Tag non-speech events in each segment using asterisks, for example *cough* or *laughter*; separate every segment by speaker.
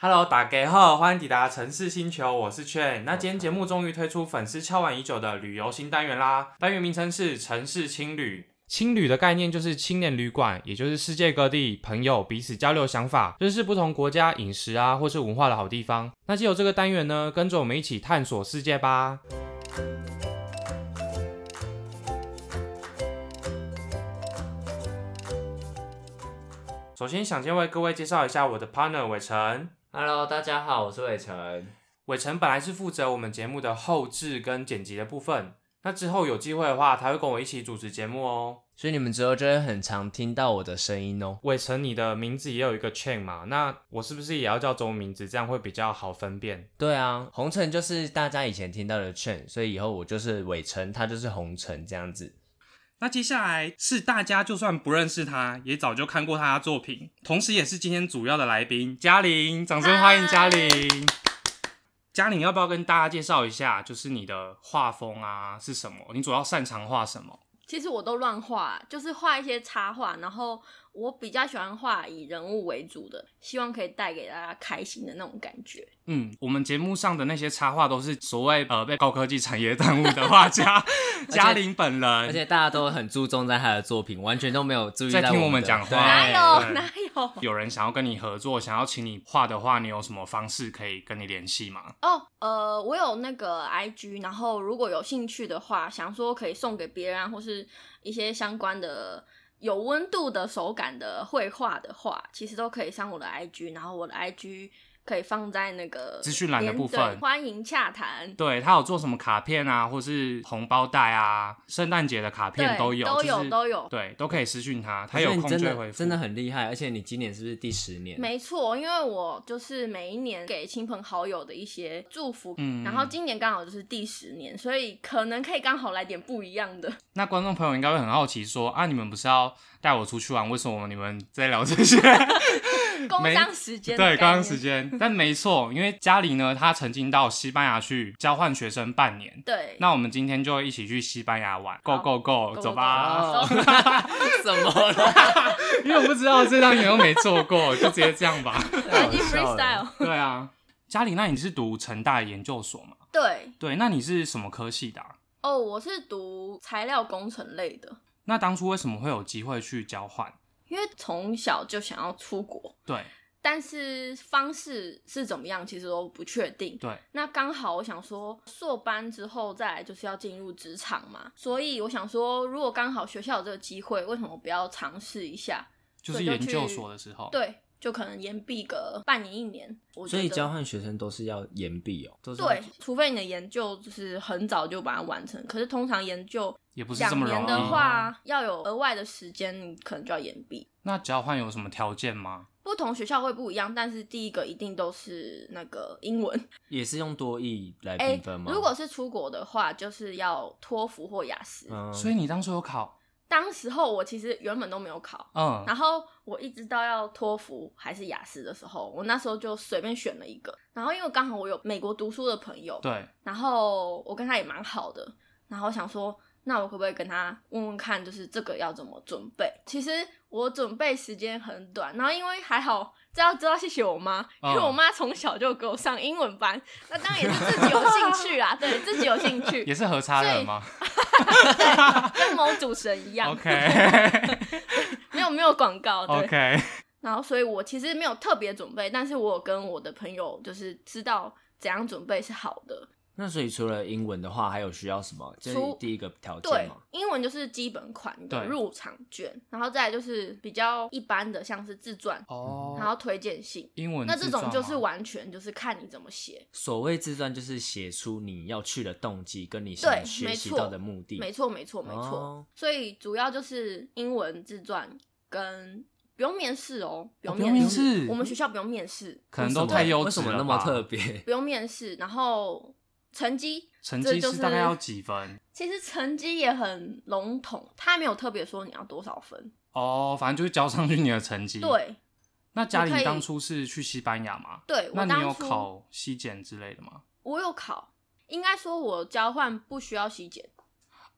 Speaker 1: Hello，大家好，欢迎抵达城市星球，我是券。那今天节目终于推出粉丝敲碗已久的旅游新单元啦，单元名称是城市青旅。青旅的概念就是青年旅馆，也就是世界各地朋友彼此交流想法，认识不同国家饮食啊，或是文化的好地方。那借由这个单元呢，跟着我们一起探索世界吧。首先，想先为各位介绍一下我的 partner 伟成。
Speaker 2: Hello，大家好，我是伟成。
Speaker 1: 伟成本来是负责我们节目的后置跟剪辑的部分，那之后有机会的话，他会跟我一起主持节目哦。
Speaker 2: 所以你们之后就会很常听到我的声音哦。
Speaker 1: 伟成，你的名字也有一个 chain 嘛？那我是不是也要叫中文名字？这样会比较好分辨。
Speaker 2: 对啊，红尘就是大家以前听到的劝，所以以后我就是伟成，他就是红尘这样子。
Speaker 1: 那接下来是大家就算不认识他，也早就看过他的作品，同时也是今天主要的来宾嘉玲，掌声欢迎嘉玲。嘉玲要不要跟大家介绍一下，就是你的画风啊是什么？你主要擅长画什么？
Speaker 3: 其实我都乱画，就是画一些插画，然后我比较喜欢画以人物为主的，希望可以带给大家开心的那种感觉。
Speaker 1: 嗯，我们节目上的那些插画都是所谓呃被高科技产业耽误的画
Speaker 3: *laughs*
Speaker 1: 家嘉玲本
Speaker 2: 而
Speaker 1: 人。
Speaker 2: 且大家都很注重在他的作品，完全都没有注意
Speaker 1: 在
Speaker 2: 到
Speaker 1: 听我
Speaker 2: 我
Speaker 1: 们
Speaker 2: 的
Speaker 1: 讲话
Speaker 2: 对
Speaker 3: 哪有
Speaker 1: 哎对
Speaker 3: 哪有？
Speaker 1: 有人想要跟你合作，想要请你画的话，你有什么方式可以跟你联系吗？
Speaker 3: 哦，呃，我有那个 IG，然后如果有兴趣的话，想说可以送给别人啊，或是一些相关的有温度的手感的绘画的话，其实都可以上我的 IG，然后我的 IG 可以放在那个
Speaker 1: 资讯栏的
Speaker 3: 连
Speaker 1: 部
Speaker 3: 对
Speaker 1: 分
Speaker 3: 欢迎洽谈。
Speaker 1: 对他有做什么卡片啊，或是红包袋啊，圣诞节的卡片
Speaker 3: 对
Speaker 1: 都有，
Speaker 3: 都
Speaker 1: 就
Speaker 3: 有
Speaker 1: 是
Speaker 3: 都有
Speaker 1: 对，都可以私讯他，
Speaker 2: 可
Speaker 1: 他
Speaker 2: 是
Speaker 1: 有
Speaker 2: 你
Speaker 1: 空
Speaker 2: 真
Speaker 1: 就会
Speaker 2: 的
Speaker 1: 回复。
Speaker 2: 真的很厉害，而且你今年是不是第十年？
Speaker 3: 没错，因为我就是每一年给亲朋好友的一些祝福，
Speaker 1: 嗯
Speaker 3: 然后今年刚好就是第十年，所以可能可以刚好来点不一
Speaker 1: *laughs*
Speaker 3: 样的。
Speaker 1: 那观众朋友应该会很好奇说啊，你们不是要带我出去玩，为什么你们在聊这些？
Speaker 3: *laughs* 工
Speaker 1: 没
Speaker 3: 商时间
Speaker 1: *laughs*
Speaker 3: 的
Speaker 1: 对，
Speaker 3: 概
Speaker 1: 刚刚
Speaker 3: 念
Speaker 1: 时间，但没错，因为嘉玲呢，她曾经到西班牙去交换学生半年。
Speaker 3: 对，
Speaker 1: 那我们今天就一起去西班牙玩，Go Go Go，
Speaker 3: Go，
Speaker 1: 走
Speaker 3: *laughs* go，
Speaker 1: 吧！
Speaker 3: go，go
Speaker 2: *laughs* 什么
Speaker 3: *laughs*
Speaker 2: 了？
Speaker 1: 因为我不知道这张你又没做过，就直接这样吧。
Speaker 3: 我已经 freestyle。
Speaker 1: 对啊，嘉玲，那你是读成大研究所嘛？
Speaker 3: 对，
Speaker 1: 对，那你是什么科系的啊、
Speaker 3: 哦，我是读材料工程类的，
Speaker 1: 那当初为什么会有机会去交换？
Speaker 3: 因为从小就想要出国，
Speaker 1: 对
Speaker 3: 但是方式是怎么样，其实都不确定。
Speaker 1: 对，
Speaker 3: 那刚好我想说，硕班之后再来就是要进入职场嘛，所以我想说，如果刚好学校有这个机会，为什么不要尝试一下？
Speaker 1: 就是研究所的时候。
Speaker 3: 对，就可能延毕个半年一年。我觉
Speaker 2: 所
Speaker 3: 得
Speaker 2: 以交换学生都是要延毕哦，都是
Speaker 3: 对，除非你的研究就是很早就把它完成，可是通常研究
Speaker 1: 也不是这
Speaker 3: 两
Speaker 1: 么容易
Speaker 3: 年的话，要有额外的时间，你可能就要延毕。
Speaker 1: 那交换有什么条件吗？
Speaker 3: 不同学校会不一样，但是第一个一定都是那个英文。
Speaker 2: 也是用多义来
Speaker 3: 哎、
Speaker 2: 评分吗？
Speaker 3: 如果是出国的话，就是要托福或雅思。
Speaker 2: 嗯，
Speaker 1: 所以你当初有考，
Speaker 3: 当时候我其实原本都没有考，
Speaker 1: 嗯，
Speaker 3: 然后我一直到要托福还是雅思的时候，我那时候就随便选了一个。然后因为刚好我有美国读书的朋友，
Speaker 1: 对，
Speaker 3: 然后我跟他也蛮好的，然后想说，那我可不可以跟他问问看，就是这个要怎么准备？其实我准备时间很短，然后因为还好，这要知道谢谢我妈，因为
Speaker 1: 哦
Speaker 3: 我妈从小就给我上英文班，那当然也是自己有兴趣啊，对自己有兴趣，
Speaker 1: *laughs* 也是和差人吗
Speaker 3: 跟某主持人一
Speaker 1: *laughs*
Speaker 3: 样
Speaker 1: ？OK
Speaker 3: *laughs* 没有没有广告，对。
Speaker 1: OK，
Speaker 3: 然后，所以我其实没有特别准备，但是我有跟我的朋友就是知道怎样准备是好的。
Speaker 2: 那所以除了英文的话，还有需要什么？这是
Speaker 3: 除
Speaker 2: 第一个条件
Speaker 3: 对
Speaker 2: 嘛。，
Speaker 3: 英文就是基本款的
Speaker 1: 对
Speaker 3: 入场券，然后再来就是比较一般的，像是自传，
Speaker 1: 哦
Speaker 3: 然后推荐信。
Speaker 1: 英文
Speaker 3: 那这种就
Speaker 1: 自
Speaker 3: 是
Speaker 1: 传吗
Speaker 3: 完全就是看你怎么写，
Speaker 2: 所谓自传就是写出你要去的动机，跟你
Speaker 3: 对
Speaker 2: 想学
Speaker 3: 没
Speaker 2: 习
Speaker 3: 错
Speaker 2: 到的目的。
Speaker 3: 没错，没错，没错。
Speaker 2: 哦
Speaker 3: 所以主要就是英文自传跟不用面试哦，不
Speaker 1: 不用
Speaker 3: 面
Speaker 1: 面试
Speaker 3: 我们学校不用面试，
Speaker 1: 可能都
Speaker 2: 为什么
Speaker 1: 太优
Speaker 2: 为什
Speaker 1: 质了吧
Speaker 2: 么那么特别？
Speaker 3: 不用面试，然后成绩
Speaker 1: 成绩
Speaker 3: 这就是
Speaker 1: 大概要几分？
Speaker 3: 其实成绩也很笼统，他没有特别说你要多少分。
Speaker 1: 哦，反正就是交上去你的成
Speaker 4: 嗯
Speaker 1: 绩。，
Speaker 3: 对，
Speaker 1: 那嘉
Speaker 3: 你可
Speaker 1: 玲
Speaker 3: 以
Speaker 1: 当初是去西班牙吗？
Speaker 3: 对
Speaker 1: 那
Speaker 3: 我
Speaker 1: 你有
Speaker 3: 当初
Speaker 1: 考西检之类的吗？
Speaker 3: 我有考，应该说我交换不需要洗检。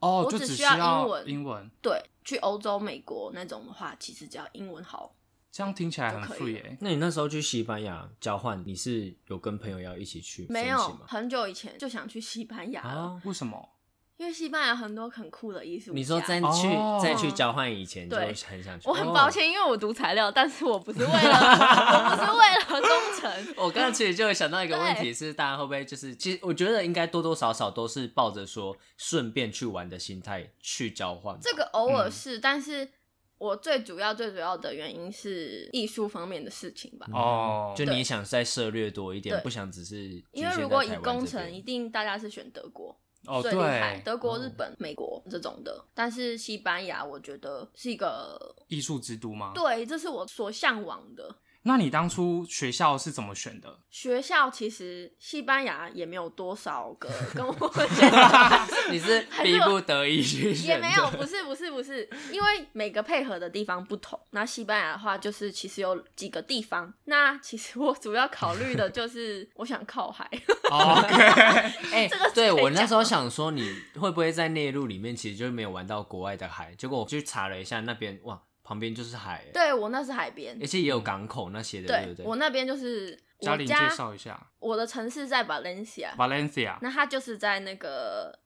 Speaker 1: 哦，
Speaker 3: 我
Speaker 1: 就
Speaker 3: 只
Speaker 1: 需
Speaker 3: 需要
Speaker 1: 要
Speaker 3: 英文
Speaker 1: 英文。
Speaker 3: 对，去欧洲、美国那种的话，其实只要英文好，
Speaker 1: 这样听起来很
Speaker 3: 就可
Speaker 1: free
Speaker 3: 以
Speaker 1: 耶、
Speaker 4: 那你那时候去西班牙交换，你是有跟朋友要一起去
Speaker 3: 没有
Speaker 4: 申请吗？
Speaker 3: 很久以前就想去西班牙了，
Speaker 4: 啊，
Speaker 1: 为什么？
Speaker 3: 因为西班牙很多很酷的艺术家。
Speaker 4: 你说在去
Speaker 1: 哦
Speaker 4: 再去交换以前就
Speaker 3: 对
Speaker 4: 很想去，哦
Speaker 3: 我很抱歉，因为我读材料，但是我不是为了， *laughs* 我不是为了工程。
Speaker 4: 哦。我刚刚其实就有想到一个问题
Speaker 3: 对
Speaker 4: 是，大家会不会就是，其实我觉得应该多多少少都是抱着说顺便去玩的心态去交换吧。
Speaker 3: 这个偶
Speaker 4: 嗯
Speaker 3: 尔是，但是我最主要最主要的原因是艺术方面的事情吧。
Speaker 1: 哦，
Speaker 4: 就
Speaker 1: 就
Speaker 4: 你也想再涉略多一点，
Speaker 3: 对
Speaker 4: 不想只是局限
Speaker 3: 因为
Speaker 4: 在
Speaker 3: 如果
Speaker 4: 台
Speaker 3: 以
Speaker 4: 湾
Speaker 3: 工
Speaker 4: 这边 *laughs*
Speaker 3: 程，一定大家是选德国、
Speaker 1: 哦
Speaker 3: 最厉害，
Speaker 1: 对，
Speaker 3: 德国、
Speaker 4: 哦
Speaker 3: 日本、美国这种的。但是西班牙，我觉得是一个
Speaker 1: 艺术之都吗？。
Speaker 3: 对，这是我所向往的。
Speaker 1: 那你当初学校是怎么选的？
Speaker 3: 学校其实西班牙也没有多少个跟我们学
Speaker 4: *laughs*
Speaker 3: 校
Speaker 4: 你是
Speaker 3: 还是
Speaker 4: 逼
Speaker 3: 我
Speaker 4: 不得已去
Speaker 3: 也
Speaker 4: 选
Speaker 3: 没有，
Speaker 4: 的
Speaker 3: 不是不是不是，因为每个配合的地方不同。那西班牙的话，就是其实有几个地方。那其实我主要考虑的就是 *laughs* 我想靠海，
Speaker 1: 哦
Speaker 3: *laughs*
Speaker 1: OK，
Speaker 4: 哎、
Speaker 3: 这个是
Speaker 4: 对
Speaker 3: 可以
Speaker 4: 我那
Speaker 3: 讲
Speaker 4: 时候
Speaker 3: 吗
Speaker 4: 想说，你会不会在内陆里面，其实就没有玩到国外的海？结果我去查了一下，那边哇，旁边就是海，，
Speaker 3: 对我那是海边
Speaker 4: 而。且也有港口那些的，对
Speaker 3: 对
Speaker 4: 不对？
Speaker 3: 我那边就是
Speaker 1: 嘉
Speaker 3: 我
Speaker 1: 玲
Speaker 3: 家
Speaker 1: 介，绍一下
Speaker 3: 我的城市在 Valencia，
Speaker 1: Valencia。
Speaker 3: 那它就是在那个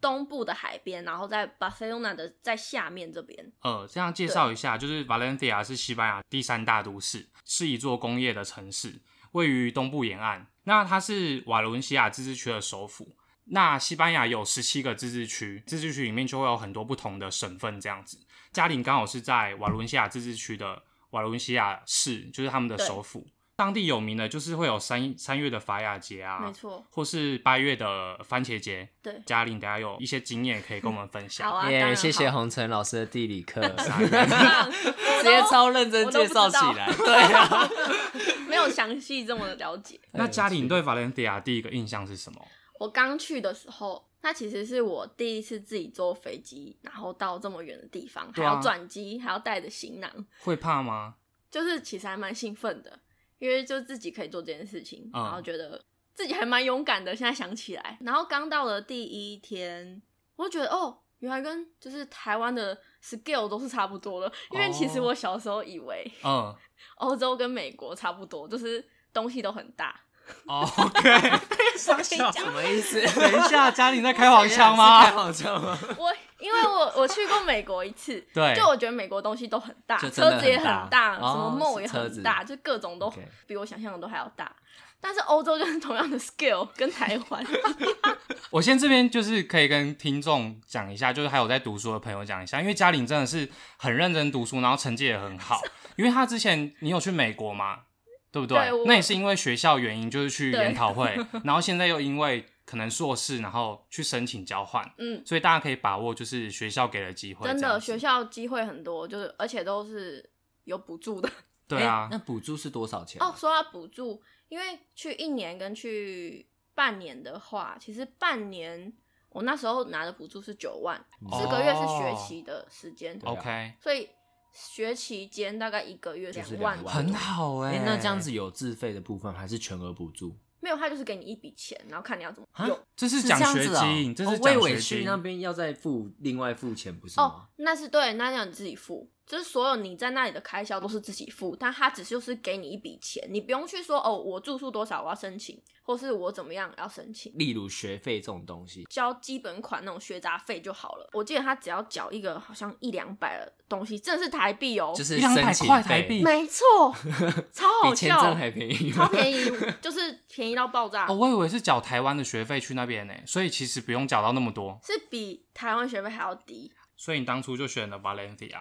Speaker 3: 东部的海边，然后在 Barcelona 的在下面这边。
Speaker 1: 呃，这样介绍一下，就是 Valencia 是西班牙第三大都市，是一座工业的城市，位于东部沿岸。那它是瓦伦西亚自治区的首府。那西班牙有十七个自治区，自治区里面就会有很多不同的省份这样子。嘉玲刚好是在瓦伦西亚自治区的瓦伦西亚市，就是他们的
Speaker 3: 对
Speaker 1: 首府。当地有名的就是会有三三月的法雅节啊，
Speaker 3: 没错，
Speaker 1: 或是八月的番茄节。
Speaker 3: 对。
Speaker 1: 嘉玲，等一下有一些经验可以跟我们分享。
Speaker 3: 好啊，
Speaker 4: 耶、
Speaker 3: 当然
Speaker 4: 谢谢 *laughs*
Speaker 3: 好。
Speaker 4: 洪晨老师的地理 *laughs* 课，
Speaker 3: 直
Speaker 4: 直接超认真介绍起来，对啊。
Speaker 3: 没有详细这么了解。
Speaker 1: 那嘉玲对 Valencia 第一个印象是什么？
Speaker 3: 我刚去的时候，那其实是我第一次自己坐飞机，然后到这么远的地方，还
Speaker 1: 对啊
Speaker 3: 要转机，还要带着行囊，
Speaker 1: 会怕吗？
Speaker 3: 就是其实还蛮兴奋的，因为就自己可以做这件事情，
Speaker 1: 嗯
Speaker 3: 然后觉得自己还蛮勇敢的。现在想起来，然后刚到的第一天，我就觉得哦。原来跟就是台湾的 scale 都是差不多的，因为其实
Speaker 1: 哦
Speaker 3: 我小时候以为
Speaker 1: 嗯
Speaker 3: 欧洲跟美国差不多，就是东西都很大。
Speaker 1: 哦，OK。
Speaker 3: 我跟你
Speaker 4: *laughs*
Speaker 3: 讲，
Speaker 4: 什么意思？
Speaker 1: 等一
Speaker 4: *laughs*
Speaker 1: 下，嘉玲在开黄腔
Speaker 4: 是开
Speaker 1: 吗？，
Speaker 4: 黄腔 *laughs* 吗？
Speaker 3: 我因为我我去过美国一
Speaker 4: *laughs*
Speaker 3: 次
Speaker 1: 对
Speaker 3: 就我觉得美国东西都很大，
Speaker 4: 就真的
Speaker 3: 车子也
Speaker 4: 很
Speaker 3: 很
Speaker 4: 大
Speaker 3: 大，
Speaker 4: 哦
Speaker 3: 什么梦也
Speaker 4: 是车
Speaker 3: 很
Speaker 4: 子
Speaker 3: 大，就各种都
Speaker 4: OK
Speaker 3: 比我想象的都还要大。但是欧洲就是同样的 scale，跟台湾
Speaker 1: 我先这边就是可以跟听众讲一下，就是还有在读书的朋友讲一下，因为嘉玲真的是很认真读书，然后成绩也很好。因为她之前你有去美国吗？对不对？
Speaker 3: 对我
Speaker 1: 那也是因为学校原因，就是去
Speaker 3: 对
Speaker 1: 研讨会，然后现在又因为可能硕士，然后去申请交换，
Speaker 3: 嗯，
Speaker 1: 所以大家可以把握就是学校给的机会。
Speaker 3: 真
Speaker 1: 这样
Speaker 3: 的
Speaker 1: 子
Speaker 3: 学校机会很多，就是而且都是有补助
Speaker 1: *laughs*
Speaker 3: 的。
Speaker 1: 对啊
Speaker 4: 哎，那补助是多少钱？啊
Speaker 3: 哦，，说到补助，因为去一年跟去半年的话，其实半年我那时候拿的补助是九万，
Speaker 1: 哦
Speaker 3: 四
Speaker 4: 哦
Speaker 3: 个哦月是学习的时间，
Speaker 4: 啊
Speaker 1: OK，
Speaker 3: 所以学期间大概一个月
Speaker 4: 就是
Speaker 3: 两万
Speaker 4: 两
Speaker 3: 左
Speaker 4: 万
Speaker 3: 右
Speaker 1: 很好哎、
Speaker 4: 哎、那这样子有自费的部分还是全额补助？
Speaker 3: 没有，他就是给你一笔钱，然后看你要怎么
Speaker 4: 啊
Speaker 3: 用。
Speaker 1: 这是
Speaker 4: 是
Speaker 1: 奖
Speaker 4: 这样
Speaker 1: 学
Speaker 4: 子哦
Speaker 1: 金，这
Speaker 4: 哦
Speaker 1: 是
Speaker 4: 我以
Speaker 1: 奖
Speaker 4: 为
Speaker 1: 学
Speaker 4: 去
Speaker 1: 金。
Speaker 4: 那边要再付另外付钱，不是
Speaker 3: 哦
Speaker 4: 吗？，
Speaker 3: 那是对，那要你自己付，就是所有你在那里的开销都是自己付，但他只是就是给你一笔钱，你不用去说哦，我住宿多少我要申请，或是我怎么样要申请，
Speaker 4: 例如学费这种东西，
Speaker 3: 交基本款那种学杂费就好了。我记得他只要缴一个好像一两百的东西，真的是台币哦，
Speaker 4: 就是
Speaker 1: 一两
Speaker 4: 申
Speaker 1: 百
Speaker 4: 请
Speaker 1: 块
Speaker 4: 费
Speaker 1: 台币
Speaker 3: 没错，超
Speaker 4: *laughs* 比
Speaker 3: 好
Speaker 4: 签
Speaker 3: 笑哦
Speaker 4: 证，还便宜
Speaker 3: 超
Speaker 4: 吗，
Speaker 3: 便宜，就是便宜到爆炸
Speaker 4: *laughs*
Speaker 1: 哦，。我以为是缴台湾的学费去那边呢，所以其实不用缴到那么多。
Speaker 3: 是比台湾学费还要低，
Speaker 1: 所以你当初就选了 Valencia，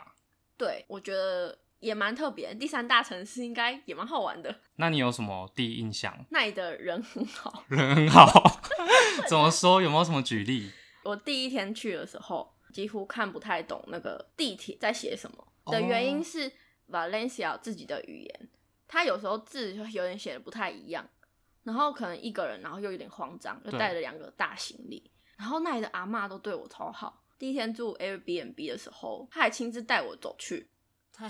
Speaker 3: 对我觉得也蛮特别。第三大城市应该也蛮好玩的，
Speaker 1: 那你有什么第一印象？ *laughs*
Speaker 3: 那里的人很好。
Speaker 1: 人很好， *laughs* 怎么说？有没有什么举例？
Speaker 3: 我第一天去的时候，几乎看不太懂那个地铁在写什么
Speaker 1: 哦
Speaker 3: 的原因是 Valencia 自己的语言，它有时候字就有点写的不太一样，然后可能一个人，然后又有点慌张，就
Speaker 1: 对
Speaker 3: 带着两个大行李，然后那里的阿嬷都对我超好。第一天住 Airbnb 的时候，她还亲自带我走去，
Speaker 4: 太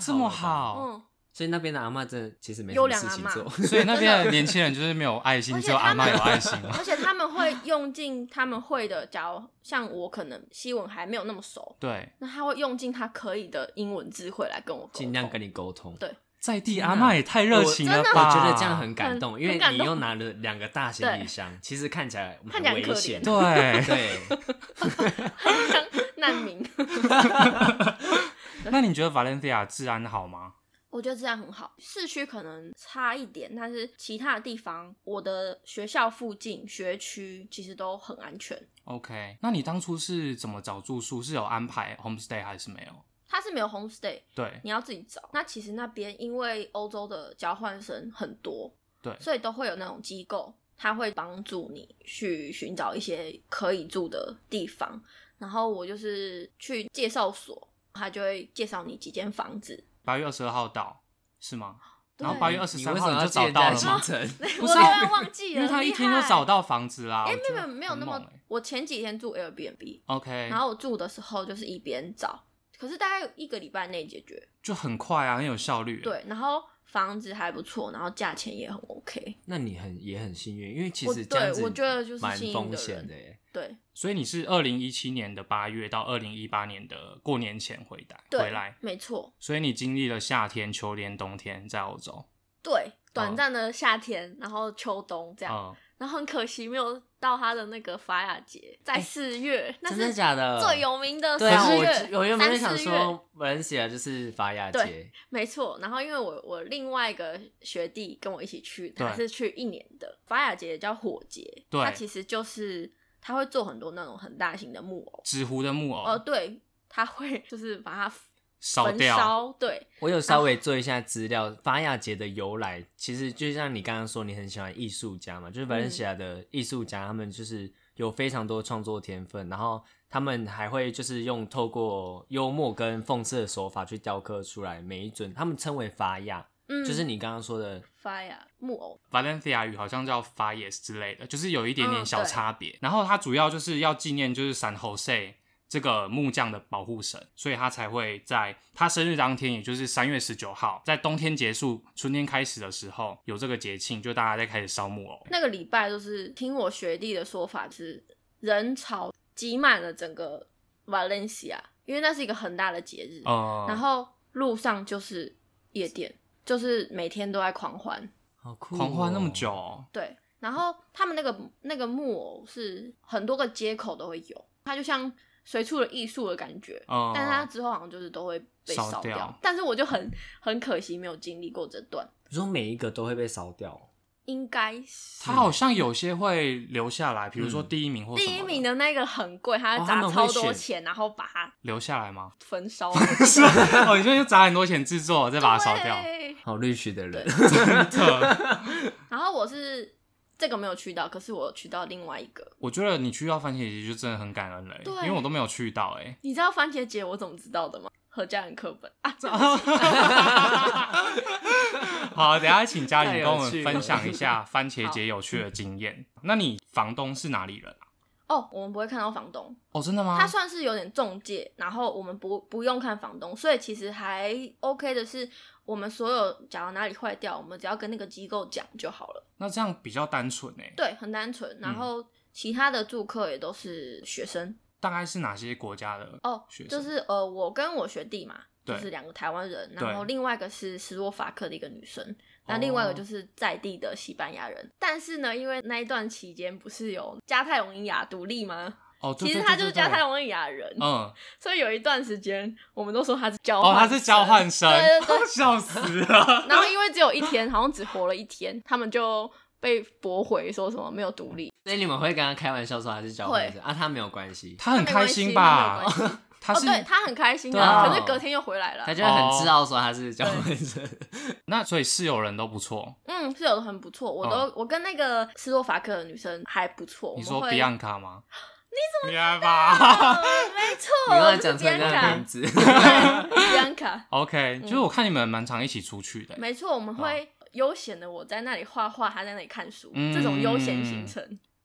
Speaker 1: *laughs* 这么
Speaker 4: 了吧，
Speaker 1: 好，
Speaker 3: 嗯，
Speaker 4: 所以那边的阿嬷真的其实没什
Speaker 3: 优
Speaker 4: 么
Speaker 3: 良
Speaker 4: 事
Speaker 3: 阿
Speaker 4: 情
Speaker 3: 嬷
Speaker 1: *laughs*
Speaker 4: 做，
Speaker 1: 所以那边的年轻人就是没有爱心，
Speaker 3: 而
Speaker 1: 只
Speaker 3: 且
Speaker 1: 有阿
Speaker 3: 他们
Speaker 1: 妈有爱心
Speaker 3: 而且他们会用尽他们会的，假如像我可能西文还没有那么熟，
Speaker 1: 对，
Speaker 3: 那他会用尽他可以的英文智慧来跟我沟通
Speaker 4: 尽量跟你沟通。
Speaker 3: 对，
Speaker 1: 在地阿嬷也太热情了
Speaker 4: 我
Speaker 1: 吧？
Speaker 4: 觉得这样很感动，
Speaker 3: 很
Speaker 4: 因为
Speaker 3: 很感
Speaker 4: 你
Speaker 3: 动
Speaker 4: 又拿了两个大行李箱，其实看起来
Speaker 3: 看
Speaker 4: 蛮
Speaker 3: 起来很可
Speaker 4: 危
Speaker 3: 怜
Speaker 4: 险。
Speaker 1: 对。
Speaker 4: 对，
Speaker 3: 像 *laughs* 难民。
Speaker 1: 那你觉得 Valencia 治安好吗？
Speaker 3: 我觉得这样很好。市区可能差一点，但是其他的地方，我的学校附近、学区其实都很安全。
Speaker 1: OK，那你当初是怎么找住宿？是有安排 homestay 还是没有？
Speaker 3: 它是没有 homestay，
Speaker 1: 对
Speaker 3: 你要自己找。那其实那边因为欧洲的交换生很多，
Speaker 1: 对
Speaker 3: 所以都会有那种机构，他会帮助你去寻找一些可以住的地方。然后我就是去介绍所，他就会介绍你几间房子。
Speaker 1: 八月二十二号到是吗？然后
Speaker 3: 对
Speaker 1: 八月二十
Speaker 4: 你
Speaker 1: 三
Speaker 4: 为什
Speaker 1: 号
Speaker 4: 么
Speaker 1: 你
Speaker 4: 要
Speaker 1: 就
Speaker 4: 记
Speaker 1: 找
Speaker 4: 人
Speaker 1: 到
Speaker 4: 家的
Speaker 1: 了吗
Speaker 4: 行？
Speaker 3: *laughs*
Speaker 4: 程？
Speaker 3: 我
Speaker 1: 是
Speaker 3: 突然忘记
Speaker 1: 因
Speaker 3: 了，
Speaker 1: 为他一天就找到房子啦。
Speaker 3: 哎、
Speaker 1: 我觉
Speaker 3: 没
Speaker 1: 得
Speaker 3: 有没有
Speaker 1: 很
Speaker 3: 那么
Speaker 1: 猛欸，
Speaker 3: 我前几天住 Airbnb，
Speaker 1: OK，
Speaker 3: 然后我住的时候就是一边找，可是大概有一个礼拜内解决。
Speaker 1: 就很快啊，很有效率。，
Speaker 3: 对，然后房子还不错，然后价钱也很 OK。
Speaker 4: 那你很也很幸运，因为其
Speaker 3: 我
Speaker 4: 实这
Speaker 3: 对
Speaker 4: 样子
Speaker 3: 我觉得就是
Speaker 4: 蛮
Speaker 3: 幸运
Speaker 4: 风
Speaker 3: 的
Speaker 4: 险
Speaker 3: 人
Speaker 4: 的耶。
Speaker 3: 对
Speaker 1: 所以你是二零一七年的八月到二零一八年的过年前回来
Speaker 3: 对，
Speaker 1: 回来，
Speaker 3: 没错，
Speaker 1: 所以你经历了夏天、秋天、冬天在澳洲。
Speaker 3: 对，
Speaker 4: 嗯
Speaker 3: 短暂的夏天，然后秋冬这样，
Speaker 1: 嗯，
Speaker 3: 然后很可惜没有到他的那个法雅节，在四月，那
Speaker 4: 哎真
Speaker 3: 是
Speaker 4: 的假的？
Speaker 3: 最有名的
Speaker 4: 对啊，
Speaker 3: 四
Speaker 4: 我
Speaker 3: 月，
Speaker 4: 我原本就
Speaker 3: 三
Speaker 4: 想
Speaker 3: 四月
Speaker 4: 说，文人写就是法雅节
Speaker 3: 对，没错，然后因为我我另外一个学弟跟我一起去，他
Speaker 1: 对
Speaker 3: 是去一年的法雅节也叫火节，
Speaker 1: 对
Speaker 3: 它其实就是他会做很多那种很大型的木偶，
Speaker 1: 纸糊的木
Speaker 3: 哦、
Speaker 1: 偶
Speaker 3: 对，他会就是把它
Speaker 1: 烧
Speaker 3: 焚
Speaker 1: 掉，
Speaker 3: 烧，对，
Speaker 4: 我有稍微做一下资料，法雅节的由来，其实就像你刚刚说，你很喜欢艺术家嘛，就是
Speaker 3: 嗯
Speaker 4: Valencia 的艺术家，他们就是有非常多创作天分，然后他们还会就是用透过幽默跟讽刺的手法去雕刻出来每一尊，他们称为法雅，
Speaker 3: 嗯，
Speaker 4: 就是你刚刚说的，
Speaker 3: 法雅木偶，
Speaker 1: Valencia 语好像叫 Fires 之类的，就是有一点点
Speaker 3: 嗯
Speaker 1: 小差别。然后它主要就是要纪念就是 San Jose 这个木匠的保护神，所以他才会在他生日当天，也就是三月十九号，在冬天结束、春天开始的时候有这个节庆，就大家在开始烧木偶。
Speaker 3: 那个礼拜就是听我学弟的说法是人潮挤满了整个 Valencia，因为那是一个很大的节日，
Speaker 1: 呃，
Speaker 3: 然后路上就是夜店，就是每天都在狂欢。
Speaker 4: 好酷、
Speaker 1: 狂欢那么久，哦、
Speaker 3: 对，然后他们那个那个木偶是很多个街口都会有，它就像随处的艺术的感觉。
Speaker 1: 呃
Speaker 3: 但是它之后好像就是都会被
Speaker 1: 烧
Speaker 3: 烧
Speaker 1: 掉
Speaker 3: 但是我就很很可惜没有经历过这段，
Speaker 4: 你说每一个都会被烧掉，
Speaker 3: 应该是
Speaker 1: 它好像有些会留下来，比如说第一名或什么
Speaker 3: 第一名的那个很贵，他
Speaker 4: 哦
Speaker 3: 要
Speaker 4: 他
Speaker 3: 砸
Speaker 4: 们
Speaker 3: 超
Speaker 4: 会
Speaker 3: 多
Speaker 4: 选
Speaker 3: 钱，然后把它
Speaker 1: 留下来
Speaker 3: *laughs*
Speaker 1: 吗？
Speaker 3: 焚烧，
Speaker 1: *laughs* 是
Speaker 3: *laughs*
Speaker 1: 啊，哦，你现在就砸很多钱制作，再把它烧掉，
Speaker 3: 对
Speaker 4: 好律师的人，
Speaker 1: 真的。
Speaker 3: 然后我是这个没有去到，可是我有去到另外一个。
Speaker 1: 我觉得你去到番茄节就真的很感恩了欸、
Speaker 3: 对
Speaker 1: 因为我都没有去到哎、
Speaker 3: 你知道番茄节我怎么知道的吗？何家人课本啊，
Speaker 1: *laughs* 好，等一下请嘉玲跟我
Speaker 4: 太有趣
Speaker 1: 们
Speaker 4: 了
Speaker 1: 分享一下番茄节有趣的经验。那你房东是哪里人啊？
Speaker 3: 哦，我们不会看到房东，
Speaker 1: 哦，真的吗
Speaker 3: 它？算是有点中介，然后我们不不用看房东，所以其实还 OK 的是，我们所有假如哪里坏掉，我们只要跟那个机构讲就好了。
Speaker 1: 那这样比较单纯哎、
Speaker 3: 对，很单纯。然后
Speaker 1: 嗯
Speaker 3: 其他的住客也都是学生
Speaker 1: 大概是哪些国家的？
Speaker 3: 哦
Speaker 1: 学，生
Speaker 3: 就是呃，我跟我学弟嘛，就
Speaker 1: 对
Speaker 3: 是两个台湾人，
Speaker 1: 对哦
Speaker 3: 然后另外一个是斯洛伐克的一个女生，那另外一个就是在地的西班牙人。但是呢，因为那一段期间不是有加泰隆尼亚独立吗？
Speaker 1: 哦，对
Speaker 3: 其实
Speaker 1: 对
Speaker 3: 他
Speaker 1: 对
Speaker 3: 就是
Speaker 1: 对
Speaker 3: 加
Speaker 1: 对
Speaker 3: 泰隆尼亚人。
Speaker 1: 嗯，
Speaker 3: 所以有一段时间，我们都说他是交
Speaker 1: 哦，
Speaker 3: 换，
Speaker 1: 他是交换生，
Speaker 3: 对 *laughs* 对
Speaker 1: *laughs*
Speaker 3: 对。
Speaker 1: 笑死
Speaker 3: *laughs*
Speaker 1: 了。
Speaker 3: 然后因为只有一天，好像只活了一天，他们就被驳回，说什么没有独立。
Speaker 4: *laughs* 所以你们会跟他开玩笑说他是交换生啊，他没有关系，
Speaker 1: 他很开心吧
Speaker 3: 没关系没关？
Speaker 1: *laughs* 他
Speaker 3: 哦，
Speaker 1: 是、
Speaker 3: 对他很开心
Speaker 4: 对
Speaker 3: 啊，
Speaker 4: 啊
Speaker 3: 可是隔天又回来了
Speaker 4: 他。就会很自傲说他是交换生。
Speaker 1: 那所以室友人都不错。
Speaker 3: 嗯，是有的很不错，我都、
Speaker 1: 哦
Speaker 3: 我跟那个斯洛伐克的女生还不错。
Speaker 1: 你
Speaker 3: 我
Speaker 1: 说
Speaker 3: 们会 *laughs*
Speaker 1: Bianca 吗？你怎么知道？
Speaker 3: 嗯没错，
Speaker 4: 你刚才
Speaker 3: 是
Speaker 4: 讲出来那个
Speaker 3: Bianca，
Speaker 4: 名字，
Speaker 3: 哦
Speaker 4: *laughs*
Speaker 3: 对 *laughs* Bianca，
Speaker 1: OK，就是我看你们蛮常一起出去的欸、
Speaker 3: 嗯没错，我们会悠闲的，我在那里画画，他在那里看书，
Speaker 1: 嗯
Speaker 3: 这种悠闲行程。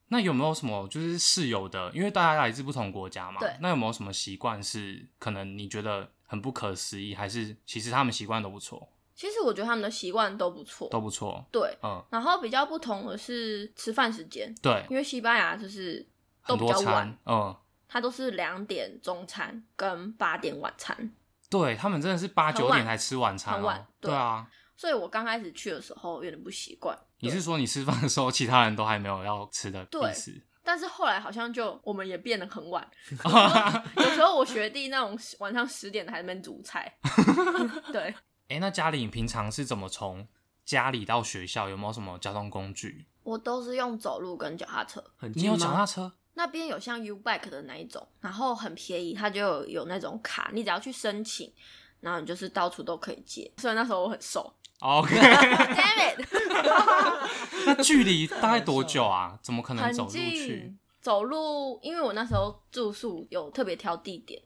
Speaker 1: 那有没有什么就是室友的？因为大家来自不同国家嘛，
Speaker 3: 对
Speaker 1: 那有没有什么习惯是可能你觉得很不可思议，还是其实他们习惯都不错，
Speaker 3: 其实我觉得他们的习惯都不错，
Speaker 1: 都不错？
Speaker 3: 对，
Speaker 1: 嗯，
Speaker 3: 然后比较不同的是吃饭时间，
Speaker 1: 对，
Speaker 3: 因为西班牙就是都
Speaker 1: 很
Speaker 3: 比
Speaker 1: 多
Speaker 3: 较晚
Speaker 1: 餐，，嗯，
Speaker 3: 它都是两点中餐跟八点晚餐。
Speaker 1: 对他们真的是八
Speaker 3: 很
Speaker 1: 九
Speaker 3: 晚
Speaker 1: 点才吃晚餐、哦，
Speaker 3: 很晚对
Speaker 1: 对啊，
Speaker 3: 所以我刚开始去的时候有点不习惯。
Speaker 1: 你是说你吃饭的时候，其他人都还没有要吃的
Speaker 3: 对
Speaker 1: 意思？
Speaker 3: 但是后来好像就我们也变得很晚， *laughs*
Speaker 1: *laughs*
Speaker 3: 有时候有时候我学弟那种晚上十点的还在那边
Speaker 1: *laughs*
Speaker 3: 煮菜，对，
Speaker 1: 哎、那家里平常是怎么从家里到学校？有没有什么交通工具？
Speaker 3: 我都是用走路跟脚踏车。
Speaker 4: 很
Speaker 1: 你
Speaker 4: 近
Speaker 1: 有
Speaker 4: 吗？
Speaker 1: 脚踏车？
Speaker 3: 那边有像 U Bike 的那一种，然后很便宜，它就有有那种卡，你只要去申请，然后你就是到处都可以借。虽然那时候我很瘦
Speaker 1: 哦 OK，
Speaker 3: ，Damn it， *laughs*
Speaker 1: 那距离大概多久啊？怎么可能
Speaker 3: 很
Speaker 1: 走路去
Speaker 3: 近？，走路，因为我那时候住宿有特别挑地点，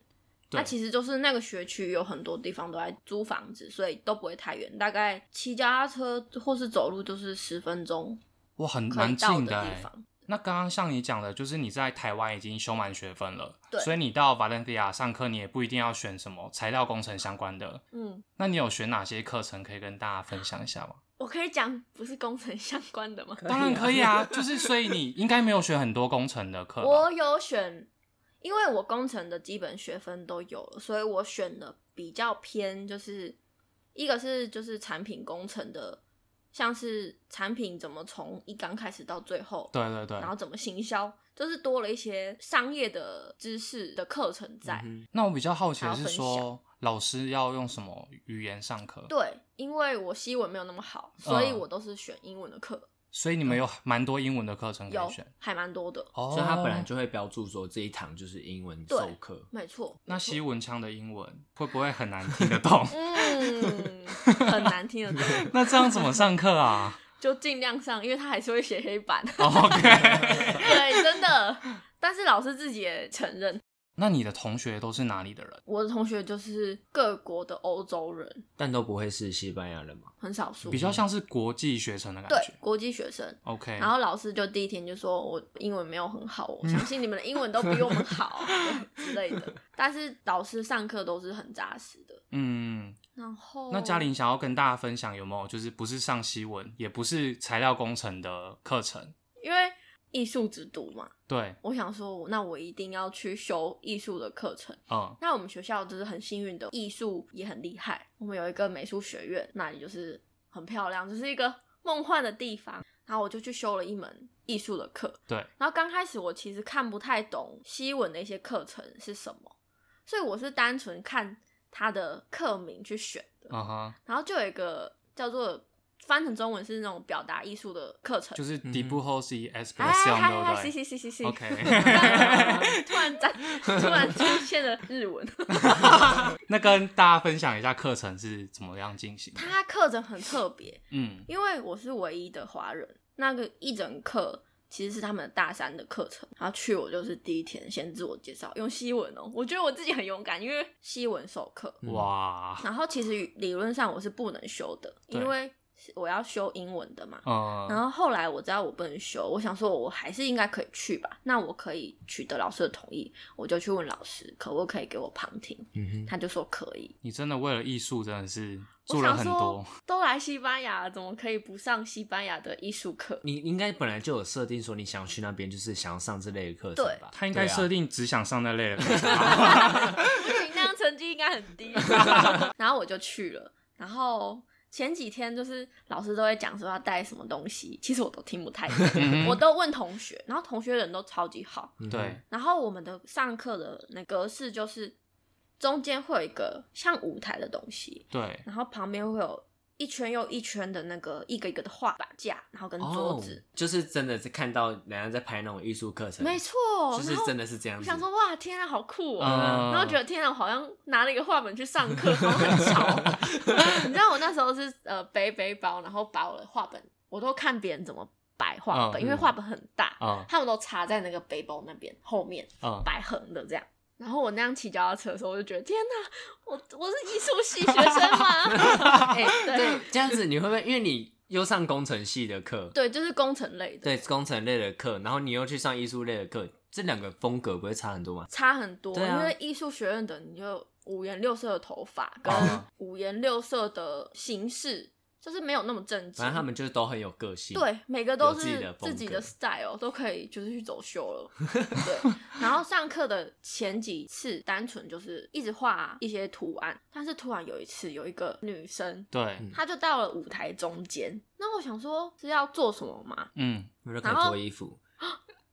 Speaker 1: 对
Speaker 3: 那啊其实就是那个学区有很多地方都在租房子，所以都不会太远，大概骑脚踏车或是走路就是十分钟
Speaker 1: 哇，很
Speaker 3: 可以
Speaker 1: 蛮
Speaker 3: 到
Speaker 1: 近
Speaker 3: 的
Speaker 1: 哎、
Speaker 3: 地方。
Speaker 1: 那刚刚像你讲的，就是你在台湾已经修满学分了，
Speaker 3: 对
Speaker 1: 所以你到 Valencia 上课，你也不一定要选什么材料工程相关的。
Speaker 3: 嗯，
Speaker 1: 那你有选哪些课程可以跟大家分享一下吗？
Speaker 3: *laughs* 我可以讲不是工程相关的吗？
Speaker 1: 当然可以
Speaker 3: *laughs*
Speaker 1: 啊，就是所以你应该没有选很多工程的课吧。
Speaker 3: 我有选，因为我工程的基本学分都有了，所以我选的比较偏，就是一个是就是产品工程的，像是产品怎么从一刚开始到最后，
Speaker 1: 对对对
Speaker 3: 然，后怎么行销，就是多了一些商业的知识的课程在。
Speaker 4: 嗯
Speaker 1: 那我比较好奇
Speaker 3: 还
Speaker 1: 的是
Speaker 3: 要分
Speaker 1: 说，老师要用什么语言上课？，
Speaker 3: 对，因为我西文没有那么好，所以
Speaker 1: 嗯
Speaker 3: 我都是选英文的课，
Speaker 1: 所以你们有蛮多英文的课程可以
Speaker 3: 有
Speaker 1: 选。
Speaker 3: 还蛮多的，
Speaker 1: 哦
Speaker 4: 哼所以他本来就会标注说这一堂就是英文
Speaker 3: 对
Speaker 4: 授课，
Speaker 3: 没错。
Speaker 1: 那
Speaker 3: 没错？
Speaker 1: 西文腔的英文会不会很难听得懂 *laughs*
Speaker 3: 嗯，很难听得懂，
Speaker 1: 那这样怎么上课
Speaker 3: *laughs*
Speaker 1: 啊
Speaker 3: 就尽量上，因为他还是会写黑板。
Speaker 1: 哦？OK，
Speaker 3: 对，真的。但是老师自己也承认，
Speaker 1: 那你的同学都是哪里的人？
Speaker 3: 我的同学就是各国的欧洲人，
Speaker 4: 但都不会是西班牙人嘛？
Speaker 3: 很少数，
Speaker 1: 比较像是国际学生的感
Speaker 3: 对
Speaker 1: 觉。
Speaker 3: 国际学生。
Speaker 1: OK，
Speaker 3: 然后老师就第一天就说：“我英文没有很好，
Speaker 1: 嗯
Speaker 3: 我相信你们的英文都比我们
Speaker 1: *laughs*
Speaker 3: 好对之类的。”但是老师上课都是很扎实的。
Speaker 1: 嗯，
Speaker 3: 然后
Speaker 1: 那嘉玲想要跟大家分享有没有就是不是上西文，也不是材料工程的课程？
Speaker 3: 因为艺术之都嘛，
Speaker 1: 对，
Speaker 3: 我想说，那我一定要去修艺术的课程。
Speaker 1: 嗯，
Speaker 3: 那我们学校就是很幸运的，艺术也很厉害。我们有一个美术学院，那里就是很漂亮，就是一个梦幻的地方。然后我就去修了一门艺术的课。
Speaker 1: 对，
Speaker 3: 然后刚开始我其实看不太懂西文的一些课程是什么，所以我是单纯看它的课名去选的。
Speaker 1: 嗯哼，
Speaker 3: 然后就有一个叫做翻成中文是那种表达艺术的课程，
Speaker 1: 就是 d
Speaker 4: 嗯
Speaker 1: i b u h o s i
Speaker 3: 哎嗨嗨，
Speaker 1: Expression，
Speaker 3: 是
Speaker 1: 对不
Speaker 3: 是是是是
Speaker 1: 对？OK，
Speaker 3: 突然在突然出现了日文。
Speaker 1: 那跟大家分享一下课程是怎么样进行的？
Speaker 3: 它课程很特别，
Speaker 1: 嗯，
Speaker 3: 因为我是唯一的华人，那个一整课其实是他们大三的课程。然后去我就是第一天先自我介绍，用西文哦，我觉得我自己很勇敢，因为西文授课。
Speaker 1: 嗯
Speaker 4: 嗯
Speaker 1: 哇，
Speaker 3: 然后其实理论上我是不能修的，
Speaker 1: 对
Speaker 3: 因为是我要修英文的嘛。然
Speaker 1: 嗯，
Speaker 3: 后后来我知道我不能修，我想说我还是应该可以去吧。那我可以取得老师的同意，我就去问老师可不可以给我旁听，
Speaker 4: 嗯哼，
Speaker 3: 他就说可以。
Speaker 1: 你真的为了艺术真的是
Speaker 3: 我
Speaker 1: 做了
Speaker 3: 想
Speaker 1: 很
Speaker 3: 说
Speaker 1: 多，，
Speaker 3: 都来西班牙了，怎么可以不上西班牙的艺术 *laughs* 课？
Speaker 4: 你应该本来就有设定说你想去那边，就是想要上这类的课程
Speaker 3: 对
Speaker 4: 吧？
Speaker 1: 他应该
Speaker 4: 对啊
Speaker 1: 设定只想上那类的课程。
Speaker 3: 不行，那样成绩应该很 *laughs* 低。然后我就去了，然后。前几天就是老师都会讲说要带什么东西，其实我都听不太懂，我都问同学，然后同学人都超级好，
Speaker 4: *laughs* 嗯哼
Speaker 1: 对，
Speaker 3: 然后我们的上课的那格式就是中间会有一个像舞台的东西，
Speaker 1: 对，
Speaker 3: 然后旁边会有一圈又一圈的那个一个一个的画板架，然后跟桌
Speaker 4: 哦
Speaker 3: 子，，
Speaker 4: 就是真的是看到人家在拍那种艺术课程，
Speaker 3: 没，错，
Speaker 4: 就是
Speaker 3: 然后
Speaker 4: 真的是这样
Speaker 3: 我
Speaker 4: 子。
Speaker 3: 想说，哇，天啊，好酷哦！
Speaker 1: 嗯
Speaker 3: 然后觉得天啊，我好像拿了一个画本去上课，好像很
Speaker 4: *laughs*
Speaker 3: 吵。 *laughs* 你知道我那时候是呃背背包，然后把我的画本，我都看别人怎么摆画本，
Speaker 1: 嗯
Speaker 3: 因为画本很大，
Speaker 1: 嗯
Speaker 3: 他们都插在那个背包那边后面
Speaker 1: 嗯，
Speaker 3: 摆横的这样。然后我那样骑脚踏车的时候，我就觉得天哪，我我是艺术系学生吗？ *laughs* 哎、对
Speaker 4: 对，这样子你会不会因为你又上工程系的课，
Speaker 3: 对，就是工程类的，
Speaker 4: 对工程类的课，然后你又去上艺术类的课，这两个风格不会差很多吗？
Speaker 3: 差很多，
Speaker 4: 对啊
Speaker 3: 因为艺术学院
Speaker 4: *laughs*
Speaker 3: 的你就五颜六色的头发跟
Speaker 4: 哦
Speaker 3: 五颜六色的形式，就是没有那么正经。
Speaker 4: 反正他们就是都很有个性。，
Speaker 3: 对，每个都
Speaker 4: 有自己
Speaker 3: 是
Speaker 4: 的
Speaker 3: 自
Speaker 4: 风
Speaker 3: 己
Speaker 4: 格
Speaker 3: 的 style，都可以就是去走秀
Speaker 4: *laughs*
Speaker 3: 了。对，然后上课的前几次，单纯就是一直画一些图案，但是突然有一次有一个女生，
Speaker 1: 对，
Speaker 3: 她就到了舞台中间，那我想说是要做什么嘛？
Speaker 1: 嗯，
Speaker 4: 我就开始
Speaker 3: 然后
Speaker 4: 脱衣服。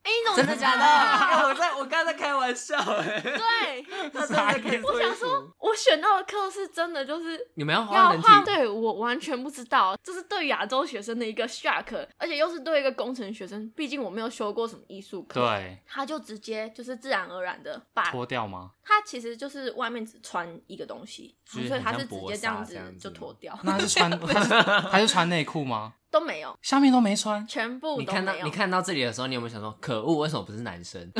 Speaker 3: 哎、你怎么
Speaker 4: 真的
Speaker 3: 知
Speaker 4: 假的？
Speaker 3: 道？
Speaker 4: *laughs* 哎我在我刚才在开玩笑哎、 *laughs*
Speaker 3: 对，
Speaker 4: 他真的可以脱衣服。
Speaker 3: 我选到的课是真的就是
Speaker 4: 你们要画
Speaker 3: 要
Speaker 4: 人体
Speaker 3: 画，对我完全不知道，这是对亚洲学生的一个 shock，而且又是对一个工程学生，毕竟我没有修过什么艺术课，，
Speaker 1: 对，
Speaker 3: 他就直接就是自然而然的把，
Speaker 1: 脱掉吗？
Speaker 3: 他其实就是外面只穿一个东西，
Speaker 4: 就
Speaker 3: 所
Speaker 4: 是
Speaker 3: 以他
Speaker 4: 很
Speaker 3: 是
Speaker 4: 像
Speaker 3: 直
Speaker 4: 薄
Speaker 3: 接这样
Speaker 4: 纱这样子
Speaker 3: 就脱掉，
Speaker 1: *laughs* 那他是穿，他是他是穿内裤 *laughs* 吗？
Speaker 3: 都没有，
Speaker 1: 下面都没穿，
Speaker 3: 全部
Speaker 4: 你
Speaker 3: 都
Speaker 4: 看到
Speaker 3: 没有，
Speaker 4: 你看到这里的时候，你有没有想说，可恶，为什么不是
Speaker 3: *laughs*
Speaker 4: 男生？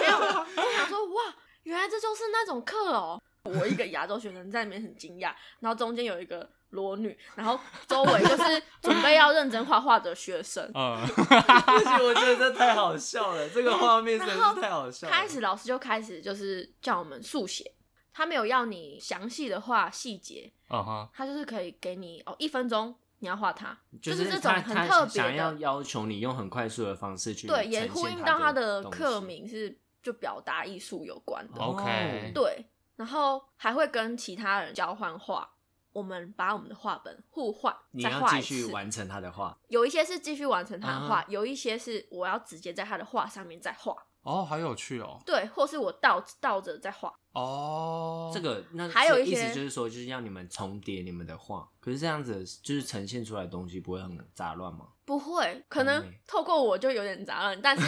Speaker 3: 没有，我想说哇，原来这就是那种课哦。我一个亚洲学生在里面很惊讶，然后中间有一个裸女，然后周围就是准备要认真画画的学生，
Speaker 1: *laughs* 嗯，
Speaker 4: 不行，我觉得这太好笑了，这个画面真的是太好笑
Speaker 3: 嗯
Speaker 4: 了。
Speaker 3: 开始老师就开始就是叫我们速写，他没有要你详细的画细节，
Speaker 1: 嗯哼，
Speaker 3: 他就是可以给你哦一分钟你要画它，
Speaker 4: 就是
Speaker 3: 这种
Speaker 4: 他
Speaker 3: 很特
Speaker 4: 他
Speaker 3: 别
Speaker 4: 想要
Speaker 3: 的，
Speaker 4: 要求你用很快速的方式去
Speaker 3: 对，也
Speaker 4: 呈
Speaker 3: 呼
Speaker 4: 现
Speaker 3: 应到
Speaker 4: 他
Speaker 3: 他的
Speaker 4: 东西
Speaker 3: 课。名是就表达艺术有关的，
Speaker 1: 哦 OK
Speaker 3: 对，然后还会跟其他人交换画，我们把我们的画本互换，
Speaker 4: 你
Speaker 3: 再
Speaker 4: 要
Speaker 3: 画
Speaker 4: 继
Speaker 3: 一
Speaker 4: 续
Speaker 3: 次。
Speaker 4: 完成他的画，
Speaker 3: 有一些是继续完成他的画，
Speaker 4: 啊
Speaker 3: 有一些是我要直接在他的画上面再画，
Speaker 1: 哦，好有趣哦，
Speaker 3: 对，或是我倒倒着再画，
Speaker 1: 哦，
Speaker 4: 这个那
Speaker 3: 还有
Speaker 4: 这
Speaker 3: 一
Speaker 4: 意思
Speaker 3: 些
Speaker 4: 就是说，就是要你们重叠你们的画，可是这样子就是呈现出来的东西不会很杂乱吗？
Speaker 3: 不会，可
Speaker 1: 嗯
Speaker 3: 能
Speaker 4: 美
Speaker 3: 透过我就有点杂
Speaker 1: *laughs*
Speaker 3: 乱，但是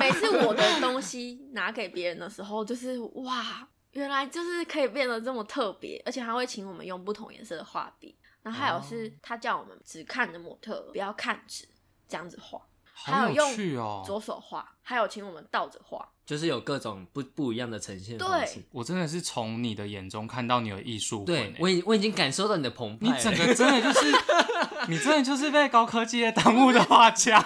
Speaker 3: 每次我的东西拿给别人的时候，就是哇，原来就是可以变得这么特别，而且他会请我们用不同颜色的画笔，然后还有
Speaker 1: 哦
Speaker 3: 是他叫我们只看着模特，不要看纸，这样子画，还
Speaker 1: 好
Speaker 3: 有
Speaker 1: 有趣
Speaker 3: 用左
Speaker 1: 哦，
Speaker 3: 手画，还有请我们倒着画，
Speaker 4: 就是有各种不不一样的呈现方式。
Speaker 1: 我真的是从你的眼中看到你有艺术魂
Speaker 4: 对
Speaker 1: 欸，
Speaker 4: 我已我已经感受到你的澎湃
Speaker 1: 你
Speaker 4: 了，
Speaker 1: 整个真的就是，你真的就是被高科技业耽误的画
Speaker 3: *laughs*
Speaker 1: 家。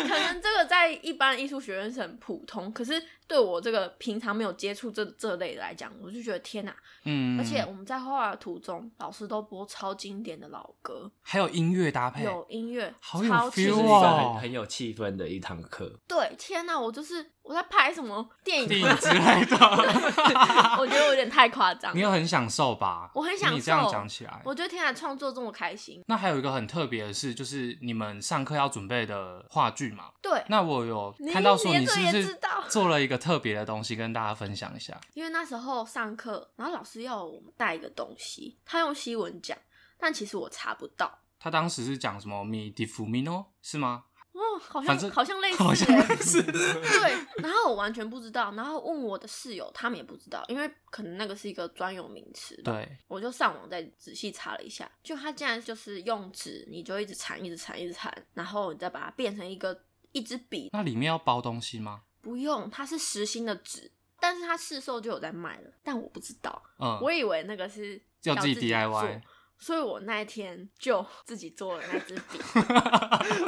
Speaker 3: 可能这个在一般艺术学院是很普通，可是对我这个平常没有接触这这类来讲，我就觉得天哪、
Speaker 1: 嗯，
Speaker 3: 而且我们在画画的途中，老师都播超经典的老歌，
Speaker 1: 还有音乐搭配，
Speaker 3: 有音乐，
Speaker 1: 哎好有
Speaker 3: 超级
Speaker 1: feel
Speaker 4: *laughs* 就是一
Speaker 1: 哦
Speaker 4: 个很很有气氛的一
Speaker 1: *laughs*
Speaker 4: 堂课。
Speaker 3: 对，天哪，我就是我在拍什么电
Speaker 1: 电
Speaker 3: 影
Speaker 1: 影
Speaker 3: 吗？
Speaker 1: 之类的，
Speaker 3: *laughs* 我觉得有点太夸张
Speaker 1: 你
Speaker 3: 了。
Speaker 1: 有很享受吧？
Speaker 3: 我很享受
Speaker 1: 你这样讲起来，
Speaker 3: 我觉得天哪，创作这么开心，
Speaker 1: 那还有一个很特别的是，就是你们上课要准备的话剧嘛。
Speaker 3: 对，
Speaker 1: 那我有
Speaker 3: 你
Speaker 1: 看到说
Speaker 3: 连
Speaker 1: 你
Speaker 3: 这
Speaker 1: 是不
Speaker 3: 也
Speaker 1: 是
Speaker 3: 知道
Speaker 1: 做了一个特别的东西跟大家分享一下？
Speaker 3: 因为那时候上课，然后老师要我们带一个东西，他用西文讲，但其实我查不到。
Speaker 1: 他当时是讲什么米迪福米诺是吗？
Speaker 3: 哦，好
Speaker 1: 反正
Speaker 3: 像好像类似、
Speaker 1: *laughs*
Speaker 3: 欸，
Speaker 1: 好像类似
Speaker 3: 对，然后我完全不知道，然后问我的室友，他们也不知道，因为可能那个是一个专有名词。，
Speaker 1: *laughs* 对，
Speaker 3: 我就上网再仔细查了一下，就他竟然就是用纸，你就一直缠，一直缠，一直缠，然后你再把它变成一个一支笔，
Speaker 1: 那里面要包东西吗？
Speaker 3: 不用，它是实心的纸，但是它市售就有在卖了，但我不知道，
Speaker 1: 嗯，
Speaker 3: 我以为那个是
Speaker 1: 要自己
Speaker 3: 做
Speaker 1: DIY
Speaker 3: 所以我那一天就自己做了那支
Speaker 1: *laughs*
Speaker 3: 笔，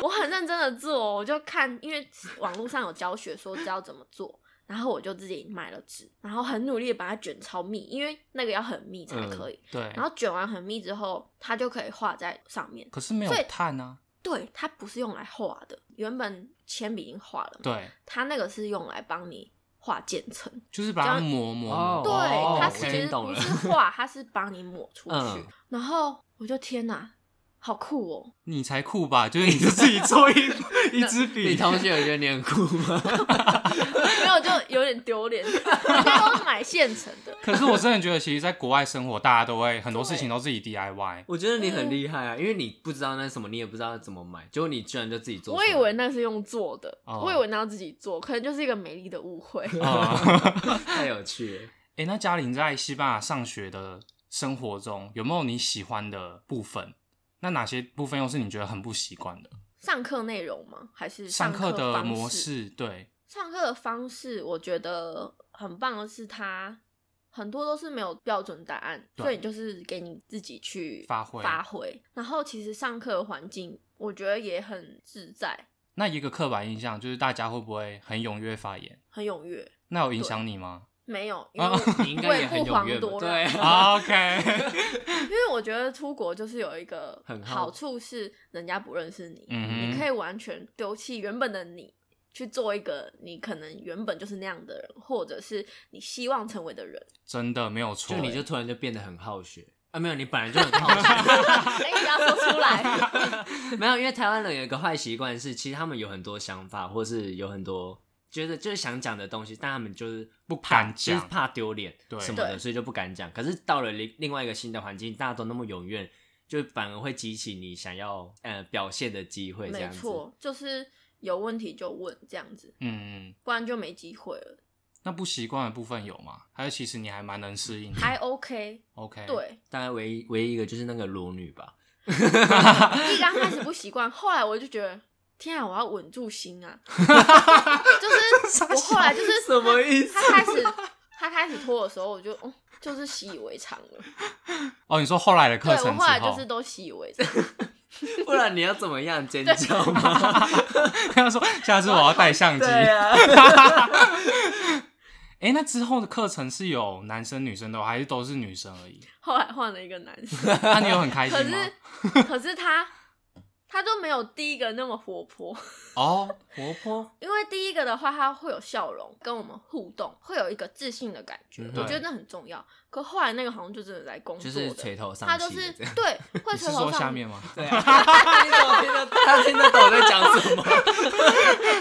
Speaker 3: 我很认真的做，我就看，因为网络上有教学说知道怎么做，然后我就自己买了纸，然后很努力的把它卷超密，因为那个要很密
Speaker 1: 嗯
Speaker 3: 才可以。
Speaker 1: 对
Speaker 3: 然，后卷完很密之后，它就可以画在上面。
Speaker 1: 可是没有
Speaker 3: 所以
Speaker 1: 碳啊。
Speaker 3: 对，它不是用来画的，原本铅笔已经画了嘛，
Speaker 1: 对，
Speaker 3: 它那个是用来帮你画渐层。
Speaker 1: 就是把它磨磨
Speaker 4: 哦
Speaker 1: 磨。
Speaker 3: 对，
Speaker 4: 哦
Speaker 3: 它
Speaker 4: 我
Speaker 3: 其
Speaker 4: 听
Speaker 3: 实
Speaker 4: 懂
Speaker 3: 不
Speaker 4: 了
Speaker 3: 是画，它是帮你抹出去。
Speaker 4: 嗯
Speaker 3: 然后我就天哪，好酷哦！
Speaker 1: 你才酷吧？就是你自己做
Speaker 3: *laughs*
Speaker 1: 一一支
Speaker 4: 你
Speaker 1: 笔，
Speaker 4: 同学有觉得你 *laughs* 很酷吗？
Speaker 3: 没有就有点丢脸， *laughs* 人家都是买现成的。
Speaker 1: 可是我真的觉得，其实，在国外生活，大家都会很多事情都自己 DIY。
Speaker 4: 我觉得你
Speaker 3: 嗯
Speaker 4: 很厉害啊，因为你不知道那是什么，你也不知道怎么买，结果你居然就自己做出
Speaker 3: 我
Speaker 4: 来。
Speaker 3: 以为那是用做的，
Speaker 1: 哦
Speaker 3: 我以为那要自己做，可能就是一个美丽的误会。
Speaker 1: 哦
Speaker 4: *laughs* 太有
Speaker 1: *laughs*
Speaker 4: 趣了。
Speaker 1: 哎、那嘉玲在西班牙上学的生活中，有没有你喜欢的部分？那哪些部分又是你觉得很不习惯的？
Speaker 3: 上课内容吗？还是
Speaker 1: 上
Speaker 3: 课
Speaker 1: 课的
Speaker 3: 方
Speaker 1: 模
Speaker 3: 式？
Speaker 1: 式，对，
Speaker 3: 上课的方式，我觉得很棒的是它。很多都是没有标准答案，
Speaker 1: 对
Speaker 3: 所以你就是给你自己去
Speaker 1: 发挥
Speaker 3: 发挥。然后其实上课的环境，我觉得也很自在，
Speaker 1: 那一个刻板印象就是大家会不会很踊跃发言？
Speaker 3: 很踊跃。
Speaker 1: 那有影响你吗？
Speaker 3: 没有，因为
Speaker 1: 啊
Speaker 3: 我
Speaker 4: 哦你应该也很踊跃吧
Speaker 3: 为不遑多
Speaker 4: 对
Speaker 3: 让
Speaker 4: 啊，
Speaker 1: OK，
Speaker 3: *laughs* 因为我觉得出国就是有一个
Speaker 4: 很好
Speaker 3: 好处是人家不认识你，
Speaker 1: 嗯
Speaker 3: 你可以完全丢弃原本的你，去做一个你可能原本就是那样的人，或者是你希望成为的人。 *laughs*
Speaker 1: 真的没有错欸
Speaker 4: 就。你就突然就变得很好学啊，没有，你本来就很
Speaker 1: *laughs*
Speaker 4: 好学。
Speaker 3: 哎、你不要说出来。
Speaker 4: *laughs* 没有，因为台湾人有一个坏习惯是，其实他们有很多想法，或是有很多觉得就是想讲的东西，但他们就是不怕
Speaker 1: 敢
Speaker 4: 就是
Speaker 1: 讲
Speaker 4: 怕丢脸
Speaker 1: 对
Speaker 4: 什么的，
Speaker 3: 对
Speaker 4: 所以就不敢讲。可是到了另另外一个新的环境，大家都那么踊跃，就反而会激起你想要呃表现的机会，这
Speaker 3: 没
Speaker 4: 样子。
Speaker 3: 错，就是有问题就问这样子，
Speaker 1: 嗯，嗯
Speaker 3: 不然就没机会了。
Speaker 1: 那不习惯的部分有吗？还是其实你还蛮能适应的？
Speaker 3: 还 OK，
Speaker 1: OK，，
Speaker 3: 对，
Speaker 4: 大概唯一唯一一个就是那个裸女 *laughs* 吧，
Speaker 3: 一刚开始不习惯，后来我就觉得。天啊！我要稳住心
Speaker 4: *laughs*
Speaker 3: 啊！就是我后来就是
Speaker 4: 什么意思
Speaker 3: 他开始他开始拖的时候，我就哦，就是习以为常了。
Speaker 1: 哦，你说后来的
Speaker 3: 对
Speaker 1: 课
Speaker 3: 我
Speaker 1: 程
Speaker 3: 后来
Speaker 1: 之
Speaker 3: 就是
Speaker 1: 后，
Speaker 3: 都习以为常，
Speaker 4: 不然你要怎么样尖叫吗？
Speaker 1: *laughs* 他说下次我要带相
Speaker 3: *laughs*
Speaker 1: 机。
Speaker 4: *laughs* 对啊，
Speaker 1: 哎、那之后的课程是有男生女生的吗，哦还是都是女生而已？
Speaker 3: *laughs* 后来换了一个男
Speaker 4: *laughs*
Speaker 1: *laughs*
Speaker 3: 生，
Speaker 1: 那你有很开
Speaker 3: 可
Speaker 1: 心吗
Speaker 3: 是？可是他他就没有第一个那么活泼，
Speaker 1: 哦，
Speaker 4: 活泼，
Speaker 3: *laughs* 因为第一个的话他会有笑容跟我们互动，会有一个自信的感觉，
Speaker 4: 嗯
Speaker 3: 我觉得那很重要。可后来那个好像就真的在工
Speaker 4: 就
Speaker 3: 作
Speaker 4: 是
Speaker 3: 的，
Speaker 4: 垂头丧
Speaker 3: 他就
Speaker 4: 气
Speaker 3: 是
Speaker 4: 的这样。
Speaker 3: 对会
Speaker 1: 你是
Speaker 3: 垂头
Speaker 1: 说下
Speaker 3: 丧
Speaker 1: 面吗？
Speaker 4: *laughs*
Speaker 3: *laughs*
Speaker 4: 对啊， *laughs* 你怎么听得他听得懂我在讲什么？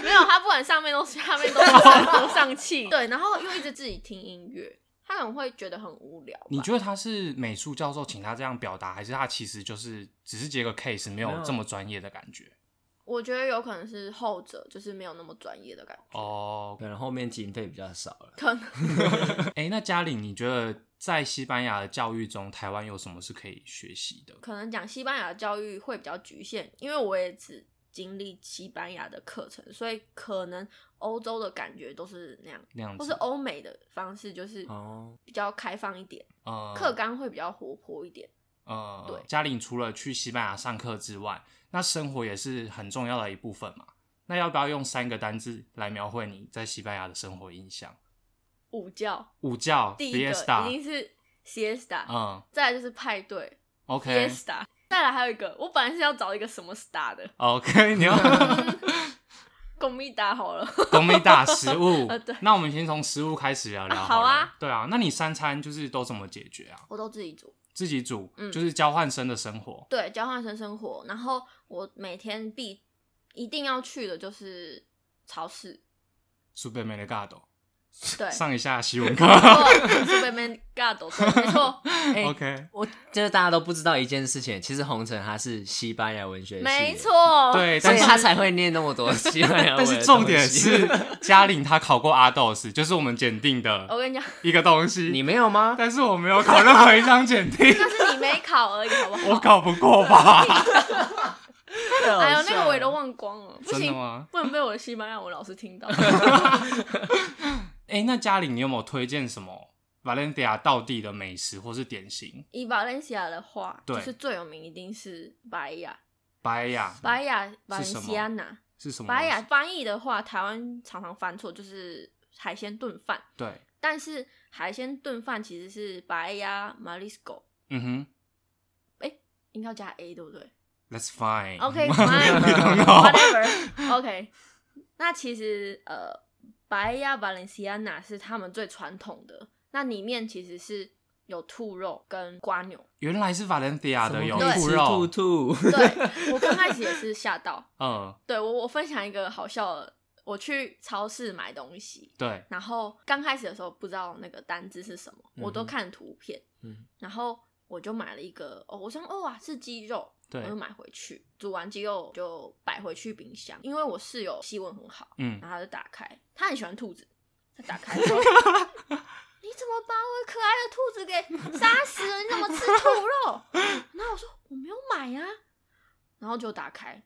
Speaker 3: *laughs* 没有，他不管上面都是下面都是
Speaker 1: *laughs*
Speaker 3: 上头上气，对，然后又一直自己听音乐，他可能会觉得很无聊吧。
Speaker 1: 你觉得他是美术教授请他这样表达，还是他其实就是只是接个 case，没
Speaker 4: 没
Speaker 1: 有啊
Speaker 4: 有
Speaker 1: 这么专业的感觉？
Speaker 3: 我觉得有可能是后者，就是没有那么专业的感觉，
Speaker 1: 哦，
Speaker 4: *laughs* 可能后面经费比较少了。
Speaker 3: 可能
Speaker 1: 哎、那嘉玲，你觉得在西班牙的教育中，台湾有什么是可以学习的？
Speaker 3: 可能讲西班牙的教育会比较局限，因为我也只经历西班牙的课程，所以可能欧洲的感觉都是那样，
Speaker 1: 那样
Speaker 3: 或是
Speaker 1: 子，
Speaker 3: 欧美的方式就是
Speaker 4: 哦
Speaker 3: 比较开放一点，
Speaker 1: 呃，
Speaker 3: 课纲会比较活泼一点。
Speaker 1: 呃，
Speaker 3: 对
Speaker 1: 嘉玲除了去西班牙上课之外，那生活也是很重要的一部分嘛。那要不要用三个单字来描绘你在西班牙的生活印象？
Speaker 3: 午觉
Speaker 1: 午觉
Speaker 3: 第一个一
Speaker 1: （fiesta），
Speaker 3: 定是 siesta，、
Speaker 1: 嗯
Speaker 3: 再来就是派对
Speaker 1: ，OK，
Speaker 3: fiesta，再来还有一个，我本来是要找一个什么 star 的
Speaker 1: OK，你要 *laughs*
Speaker 3: *laughs* comida 好了。 *laughs*
Speaker 1: 东北大食物
Speaker 3: 呃对。
Speaker 1: 那我们先从食物开始聊聊
Speaker 3: 啊
Speaker 1: 好了。
Speaker 3: 好啊
Speaker 1: 对啊，那你三餐就是都怎么解决啊？
Speaker 3: 我都自己煮，
Speaker 1: 自己煮，
Speaker 3: 嗯
Speaker 1: 就是交换生的生活。
Speaker 3: 对，交换生生活。然后我每天必一定要去的就是超市，
Speaker 1: Supermercado，
Speaker 3: 对，哦
Speaker 1: 上一下西文
Speaker 3: *laughs* 没
Speaker 1: 课。
Speaker 3: 错 Supermercado，对没错，
Speaker 4: 哎
Speaker 1: OK，
Speaker 4: 我就是大家都不知道一件事情，其实红尘他是西班牙文学系，
Speaker 3: 没，
Speaker 1: *laughs*
Speaker 3: 错，
Speaker 1: 对，
Speaker 4: 所
Speaker 1: 但
Speaker 4: 以
Speaker 1: 是
Speaker 4: 他才会念那么多西班牙文
Speaker 1: 但
Speaker 4: 的东西。
Speaker 1: 是重点是 *laughs* 嘉玲她考过阿斗斯，就是我们检定
Speaker 3: 我
Speaker 1: 的
Speaker 3: 跟你讲，
Speaker 1: *laughs* 一个东西。
Speaker 4: 你没有吗？
Speaker 1: 但是我没有考任何一张检
Speaker 3: *laughs*
Speaker 1: 定，
Speaker 3: 那是你没考而已，好不好？
Speaker 1: *laughs* 我考不过吧？
Speaker 3: *laughs* *laughs*
Speaker 1: *laughs*
Speaker 3: 哎呦，那个我也都忘光了，不
Speaker 1: 真的
Speaker 3: 行，
Speaker 1: 吗？
Speaker 3: 不能被我的西班牙文老
Speaker 1: *laughs*
Speaker 3: 师听到。
Speaker 1: 哎、那嘉玲，你有没有推荐什么 Valencia 道地的美食或是点心？
Speaker 3: 以 Valencia 的话，
Speaker 1: 对
Speaker 3: 就是最有名一定是白雅，
Speaker 1: 白呀，
Speaker 3: 白雅
Speaker 1: 是什么
Speaker 3: Valenciana，
Speaker 1: 是什么东西？
Speaker 3: 白雅翻译的话，台湾常常翻错，就是海鲜炖饭。
Speaker 1: 对，
Speaker 3: 但是海鲜炖饭其实是白鸭 marisco，
Speaker 1: 嗯哼。
Speaker 3: 应该要加 a 对不对
Speaker 1: That's fine. *laughs*
Speaker 3: ？OK
Speaker 1: don't
Speaker 3: fine 嗯
Speaker 1: know.
Speaker 3: whatever *laughs* OK。那其实呃，白鸭 Valenciana 是他们最传统的，那里面其实是有兔肉跟瓜牛。
Speaker 1: 原来是 Valencia 的有
Speaker 4: 兔
Speaker 1: 兔
Speaker 4: 兔
Speaker 1: 肉，
Speaker 4: 兔，
Speaker 3: 对我刚开始也是吓到，
Speaker 1: 嗯，
Speaker 3: 对我我分享一个好笑的，我去超市买东西，
Speaker 1: 对，
Speaker 3: 然后刚开始的时候不知道那个单字是什么，
Speaker 4: 嗯哼
Speaker 3: 我都看图片，
Speaker 4: 嗯
Speaker 3: 然后我就买了一个，哦，我想哦啊是鸡肉，
Speaker 1: 对
Speaker 3: 我就买回去，煮完鸡肉就摆回去冰箱，因为我室友西文很好，
Speaker 1: 嗯
Speaker 3: 然后他就打开，他很喜欢兔子，他打
Speaker 1: *laughs*
Speaker 3: 开说。你怎么把我可爱的兔子给杀死了？你怎么吃兔肉？ *laughs* 然后我说我没有买呀、然后就打开，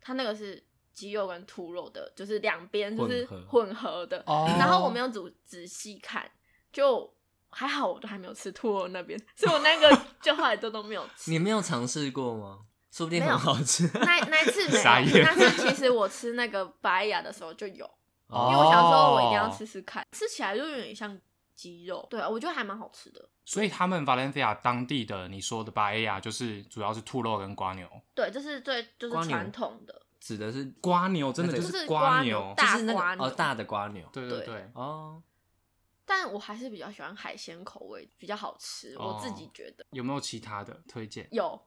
Speaker 3: 它那个是鸡肉跟兔肉的，就是两边就是
Speaker 4: 混合
Speaker 3: 混合的。
Speaker 1: 哦
Speaker 3: 然后我没有仔仔细看，就还好，我都还没有吃兔肉那边，所以我
Speaker 1: *laughs*
Speaker 3: 那个就后来都都没有吃。
Speaker 4: 你没有尝试过吗？说不定
Speaker 3: 没
Speaker 4: 很
Speaker 3: 有
Speaker 4: 好吃。
Speaker 3: *laughs* 那那一次没
Speaker 1: *laughs* 傻
Speaker 3: 有，
Speaker 1: 眼
Speaker 3: 但是其实我吃那个白雅的时候就有，
Speaker 1: 哦
Speaker 3: 因为我想说我一定要试试看，吃起来就有点像鸡肉。对啊，我觉得还蛮好吃的。
Speaker 1: 所以他们 Valencia 当地的你说的 Bahia 就是主要是兔肉跟瓜牛，
Speaker 3: 对，这是最就是
Speaker 4: 瓜牛
Speaker 3: 传统的，
Speaker 4: 指的是
Speaker 1: 瓜牛真的
Speaker 4: 那
Speaker 1: 就
Speaker 3: 就
Speaker 4: 种
Speaker 1: 是
Speaker 3: 是
Speaker 1: 瓜
Speaker 3: 牛
Speaker 1: 牛，
Speaker 4: 就
Speaker 3: 大
Speaker 4: 是那
Speaker 3: 瓜
Speaker 4: 个
Speaker 3: 牛
Speaker 4: 哦大的瓜牛
Speaker 1: 对对
Speaker 3: 对
Speaker 1: 对，
Speaker 4: 哦，
Speaker 3: 但我还是比较喜欢海鲜口味，比较好吃，
Speaker 1: 哦
Speaker 3: 我自己觉得
Speaker 1: 有没有其他的推荐？
Speaker 3: 有。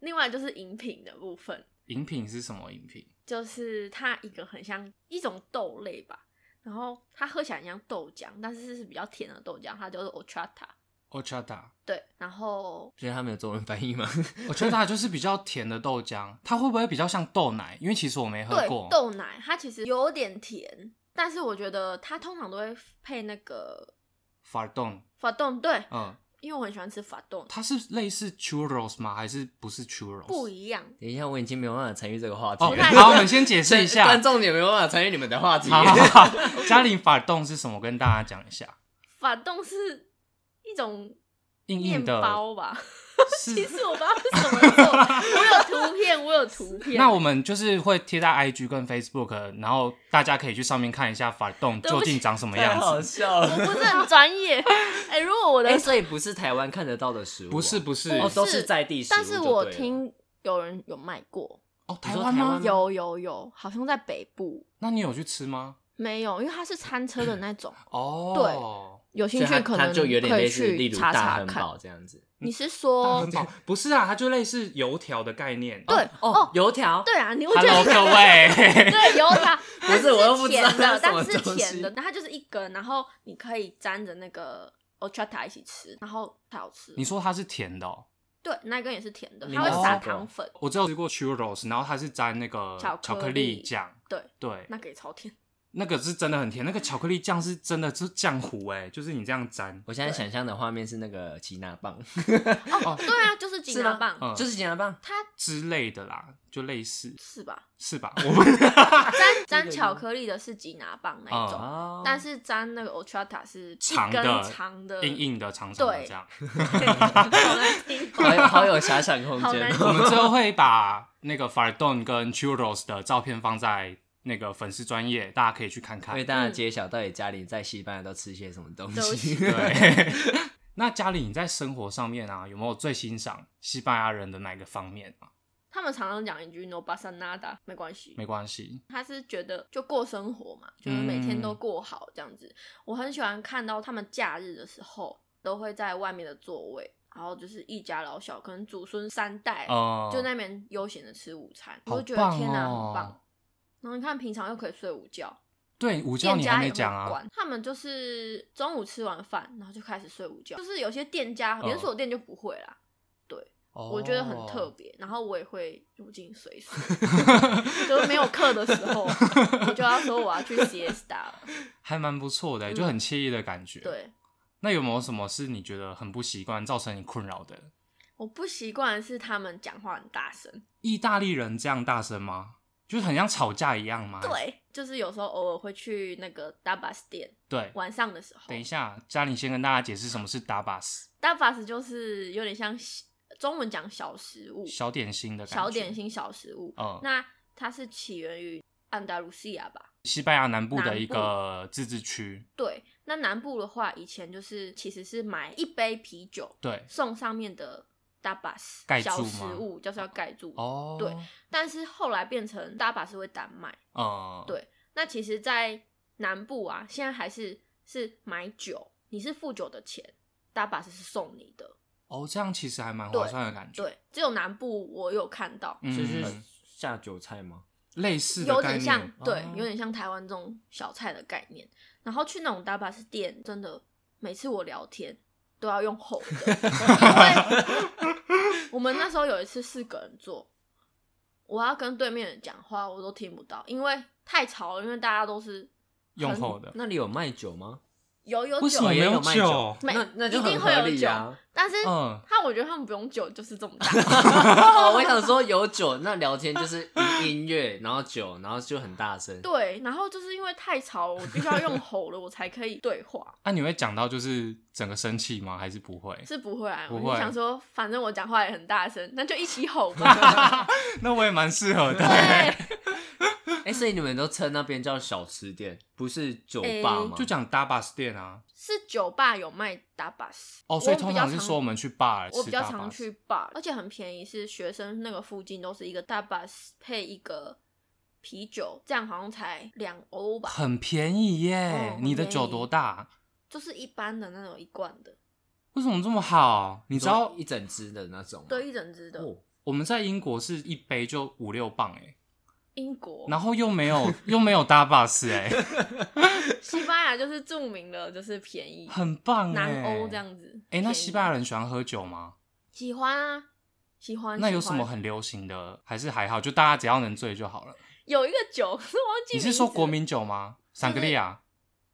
Speaker 3: 另外就是饮品的部分，
Speaker 1: 饮品是什么饮品？
Speaker 3: 就是它一个很像一种豆类吧，然后它喝起来很像豆浆，但是是比较甜的豆浆，它就是 ochata。
Speaker 1: o c h a t a
Speaker 3: 对，然后
Speaker 4: 所以他们有中文翻译吗？ *laughs*
Speaker 1: o c h a t a 就是比较甜的豆浆，它会不会比较像豆奶？因为其实我没喝
Speaker 3: 对
Speaker 1: 过。
Speaker 3: 豆奶，它其实有点甜，但是我觉得它通常都会配那个
Speaker 1: Fardon，
Speaker 3: 法冻，对，
Speaker 1: 嗯，
Speaker 3: 因为我很喜欢吃法
Speaker 4: 哦
Speaker 3: 冻，
Speaker 1: 它是类似 churros 吗？还是不是 churros？
Speaker 3: 不一样。
Speaker 4: 等一下，我已经没有办法参与这个话题
Speaker 1: 哦
Speaker 4: 了。
Speaker 3: 太
Speaker 1: 好，我们先解释一下。
Speaker 4: 观众也没有办法参与你们的话题。
Speaker 1: 好，好好嘉玲 Fardon 是什么？跟大家讲一下。
Speaker 3: 法冻是一种
Speaker 1: 硬
Speaker 3: 面
Speaker 1: 硬的，
Speaker 3: 包吧， *laughs* 其
Speaker 1: 是。
Speaker 3: 实我不知道是什么肉，我有图片，我有图片。
Speaker 1: 那我们就是会贴在 IG 跟 Facebook，然后大家可以去上面看一下 Fardon
Speaker 3: 对不
Speaker 1: 究
Speaker 3: 起
Speaker 1: 竟长什么
Speaker 4: *laughs* 太
Speaker 1: 样
Speaker 4: 好
Speaker 1: 子。
Speaker 4: 笑
Speaker 3: 我
Speaker 4: 了。
Speaker 3: 不是很专业，哎、如果我的
Speaker 4: 哎，所以不是台湾看得到的食物啊，
Speaker 1: 不是不是
Speaker 4: 哦，
Speaker 3: 是
Speaker 4: 都是在地食物
Speaker 3: 但
Speaker 4: 就对
Speaker 3: 是
Speaker 4: 了。
Speaker 3: 我听有人有卖过，
Speaker 1: 哦，
Speaker 4: 你
Speaker 1: 台
Speaker 4: 说
Speaker 1: 湾
Speaker 4: 台
Speaker 1: 吗
Speaker 4: 湾？吗
Speaker 3: 有有有，好像在北部
Speaker 1: 那你有去吃吗？
Speaker 3: 没有，因为它是餐车的那种，
Speaker 1: 哦，
Speaker 3: 有兴
Speaker 4: 所以它
Speaker 3: 趣可能
Speaker 4: 它就有点
Speaker 3: 可
Speaker 4: 类
Speaker 3: 以
Speaker 4: 似，例
Speaker 3: 去
Speaker 4: 如
Speaker 3: 查
Speaker 4: 大
Speaker 3: 查
Speaker 4: 亨堡
Speaker 3: 看。
Speaker 4: 这样子。
Speaker 3: 你是
Speaker 1: 大
Speaker 3: 说
Speaker 1: 汉堡不是啊，它就类似油条的概念。
Speaker 3: 对
Speaker 4: 哦
Speaker 3: 哦，
Speaker 4: 油条，
Speaker 3: 对啊？你会觉
Speaker 1: Hello
Speaker 3: 得
Speaker 1: 各
Speaker 3: *laughs*
Speaker 1: 位，
Speaker 3: 对油
Speaker 4: *laughs*
Speaker 3: 条，但
Speaker 4: 是我又不知道
Speaker 3: 甜的，
Speaker 4: 它
Speaker 3: 但
Speaker 4: 是什
Speaker 3: 是
Speaker 4: 么东西
Speaker 3: 甜的，那它就是一根，然后你可以沾着那个 ochata 一起吃，然后太好吃。
Speaker 1: 你说它是甜的哦，
Speaker 3: 对，那一根也是甜的，
Speaker 4: 你
Speaker 3: 它
Speaker 4: 哦
Speaker 3: 会
Speaker 1: 没吃
Speaker 3: 撒
Speaker 4: 过
Speaker 3: 糖粉，
Speaker 1: 我只有吃过 churros，然后它是沾那个
Speaker 3: 巧克力
Speaker 1: 巧克力酱，
Speaker 3: 对，
Speaker 1: 对，
Speaker 3: 那个也超
Speaker 4: *laughs*
Speaker 3: 甜。
Speaker 1: 那个是真的很甜，那个巧克力酱是真的是浆糊哎，就是你这样沾，
Speaker 4: 我现在想象的画面是那个吉拿棒，
Speaker 3: 哦，对啊，就是吉
Speaker 4: 是吗哦
Speaker 3: 拿棒，
Speaker 1: 嗯，
Speaker 4: *laughs* 就是吉拿棒。
Speaker 3: 它
Speaker 1: 之类的啦，就类似
Speaker 3: 是吧？
Speaker 1: 是
Speaker 3: *laughs*
Speaker 1: 吧？我们
Speaker 4: 啊
Speaker 3: 沾沾巧克力的是吉拿棒那一种，*laughs*
Speaker 4: 哦，
Speaker 3: 但是沾那个 ochata 是
Speaker 1: 长
Speaker 3: 一根
Speaker 1: 的
Speaker 3: 长的，
Speaker 1: 硬硬的、长长的
Speaker 3: 对
Speaker 1: 这样。
Speaker 4: *laughs*
Speaker 3: 好难听
Speaker 4: *laughs* 好有
Speaker 3: 哦。
Speaker 4: 好有遐想空
Speaker 3: 好
Speaker 4: 间
Speaker 3: 难
Speaker 4: 哦。
Speaker 3: 听
Speaker 1: 我们之后会把那个 Fardon 跟 churros 的照片放在那个粉丝专业，大家可以去看看
Speaker 4: 为。大家揭晓到底家里在西班牙都吃些什么东
Speaker 3: 都
Speaker 4: *laughs* 西。
Speaker 1: 对， *laughs* 那家里你在生活上面啊，有没有最欣赏西班牙人的哪个方面啊？
Speaker 3: 他们常常讲一句 “no pasa nada”，没关系。
Speaker 1: 没关系，
Speaker 3: 他是觉得就过生活嘛，就是每天
Speaker 1: 嗯
Speaker 3: 都过好这样子。我很喜欢看到他们假日的时候都会在外面的座位，然后就是一家老小，可能祖孙三代，
Speaker 1: 哦、
Speaker 3: 就那边悠闲的吃午餐，
Speaker 1: 好
Speaker 3: 我就觉得
Speaker 1: 棒
Speaker 3: 天哪，
Speaker 1: 哦
Speaker 3: 很棒。然后你看，平常又可以睡午觉，
Speaker 1: 对午觉
Speaker 3: 店
Speaker 1: 你还
Speaker 3: 家
Speaker 1: 没
Speaker 3: 也会
Speaker 1: 讲啊
Speaker 3: 管，，他们就是中午吃完饭，然后就开始睡午觉。就是有些店家，
Speaker 1: 嗯
Speaker 3: 连锁店就不会啦，我觉得很特
Speaker 1: 哦
Speaker 3: 别。然后我也会入境随俗， *laughs* 就是没有课的时候，我就要说我要去 siesta 了。
Speaker 1: 哦还蛮不错的、
Speaker 3: 嗯
Speaker 1: 就很惬意的感觉。，
Speaker 3: 对，
Speaker 1: 那有没有什么是你觉得很不习惯，造成你困扰的？
Speaker 3: 我不习惯的是他们讲话很大声，
Speaker 1: 意大利人这样大声吗？就是很像吵架一样吗？
Speaker 3: 对，就是有时候偶尔会去那个 Dabas 店，
Speaker 1: 对。
Speaker 3: 晚上的时候
Speaker 1: 等一下，嘉玲先跟大家解释什么是打巴斯
Speaker 3: ，Dabas 就是有点像小中文讲小食物，
Speaker 1: 小点心的感觉。
Speaker 3: 小点。心小食物。
Speaker 1: 嗯，
Speaker 3: 那它是起源于安达卢西亚吧？
Speaker 1: 西班牙南部
Speaker 3: 南
Speaker 1: 的
Speaker 3: 部
Speaker 1: 一个自治区。
Speaker 3: 对，那南部的话，以前就是其实是买一杯啤酒
Speaker 1: 对。
Speaker 3: 送上面的 dabas
Speaker 1: 盖住
Speaker 3: 小
Speaker 1: 吗
Speaker 3: 食物，就是要盖住。
Speaker 1: 哦。
Speaker 3: 对。但是后来变成 dabas 会单卖。
Speaker 1: 嗯，
Speaker 3: 对那其实，在南部啊，现在还是是买酒，你是付酒的钱，dabas 是送你的。
Speaker 1: 哦，这样其实还蛮划算的感觉。，
Speaker 3: 对，只有南部我有看到，
Speaker 1: 嗯，
Speaker 4: 就是下酒菜吗？
Speaker 1: 类似的
Speaker 3: 有
Speaker 1: 概
Speaker 3: 点像
Speaker 1: 念。，
Speaker 3: 对
Speaker 4: 哦，
Speaker 3: 有点像台湾这种小菜的概念。然后去那种大巴士店，真的每次我聊天都要用吼的，因为 *laughs* 我们那时候有一次四个人坐，我要跟对面人讲话，我都听不到，因为太吵了，因为大家都是
Speaker 1: 用后的。
Speaker 4: 那里有卖酒吗？
Speaker 3: 有有
Speaker 1: 为什么
Speaker 3: 酒，
Speaker 1: 没有
Speaker 4: 卖
Speaker 1: 酒
Speaker 4: 酒？
Speaker 3: 没
Speaker 4: 那那就
Speaker 3: 一定
Speaker 4: 很
Speaker 3: 会
Speaker 4: 合
Speaker 3: 有
Speaker 4: 理
Speaker 3: 酒， *laughs*
Speaker 4: 啊。
Speaker 3: 但是。
Speaker 1: 嗯，
Speaker 3: 他我觉得他们不用酒就是这么大，
Speaker 4: *laughs*
Speaker 3: *laughs*
Speaker 4: 哦，我想说有酒，那聊天就是音乐，然后酒，然后就很大声。
Speaker 3: 对。然后就是因为太吵了，我必须要用吼的，我才可以对话。
Speaker 1: 那你会讲到就是整个生气吗？还是不会？ *laughs*
Speaker 3: 是不会啊，
Speaker 1: 不
Speaker 3: 我
Speaker 1: 会
Speaker 3: 就想说，反正我
Speaker 1: *laughs*
Speaker 3: 讲话也很大声，那就一起吼吧。 *laughs*
Speaker 1: 那我也蛮适合的。
Speaker 3: 对，
Speaker 4: 哎、所以你们都称那边叫小吃店，不是酒吧
Speaker 3: 哎
Speaker 4: 吗？
Speaker 1: 就讲 d a b a s 店啊。
Speaker 3: 是酒吧有卖打巴斯
Speaker 1: 哦，所以
Speaker 3: 我比
Speaker 1: 通
Speaker 3: 较
Speaker 1: 常是
Speaker 3: 常
Speaker 1: 说我们去 bar 呃吃
Speaker 3: 我比较
Speaker 1: Dabas
Speaker 3: 常去 bar，而且很便宜，是学生那个附近都是一个大 bus 配一个啤酒，这样好像才两欧吧，
Speaker 1: 很便宜耶
Speaker 3: 哦！
Speaker 1: 你的
Speaker 3: 很便宜
Speaker 1: 酒多大？
Speaker 3: 就是一般的那种一罐的，
Speaker 1: 为什么这么好？你
Speaker 4: 你
Speaker 1: 知道
Speaker 4: 一整只的那种吗？
Speaker 3: 对，一整支的。
Speaker 4: 哦， *laughs*
Speaker 1: 我们在英国是一杯就五六磅哎，
Speaker 3: 英国，
Speaker 1: 然后又没有 *laughs* 又没有 d a b a s 哎，
Speaker 3: *laughs* 西班牙就是著名的，就是便宜，
Speaker 1: 很棒哎。
Speaker 3: 南欧这样子。
Speaker 1: 哎，那
Speaker 3: 便宜
Speaker 1: 西班牙人喜欢喝酒吗？
Speaker 3: 喜欢啊，喜欢。
Speaker 1: 那
Speaker 3: 喜
Speaker 1: 有什么
Speaker 3: 欢
Speaker 1: 很流行的？还是还好，就大家只要能醉就好了。
Speaker 3: 有一个酒，我忘记
Speaker 1: 你是
Speaker 3: 名
Speaker 1: 说
Speaker 3: 字
Speaker 1: 国
Speaker 3: 了
Speaker 1: 民酒吗？
Speaker 3: 是
Speaker 1: 桑格利亚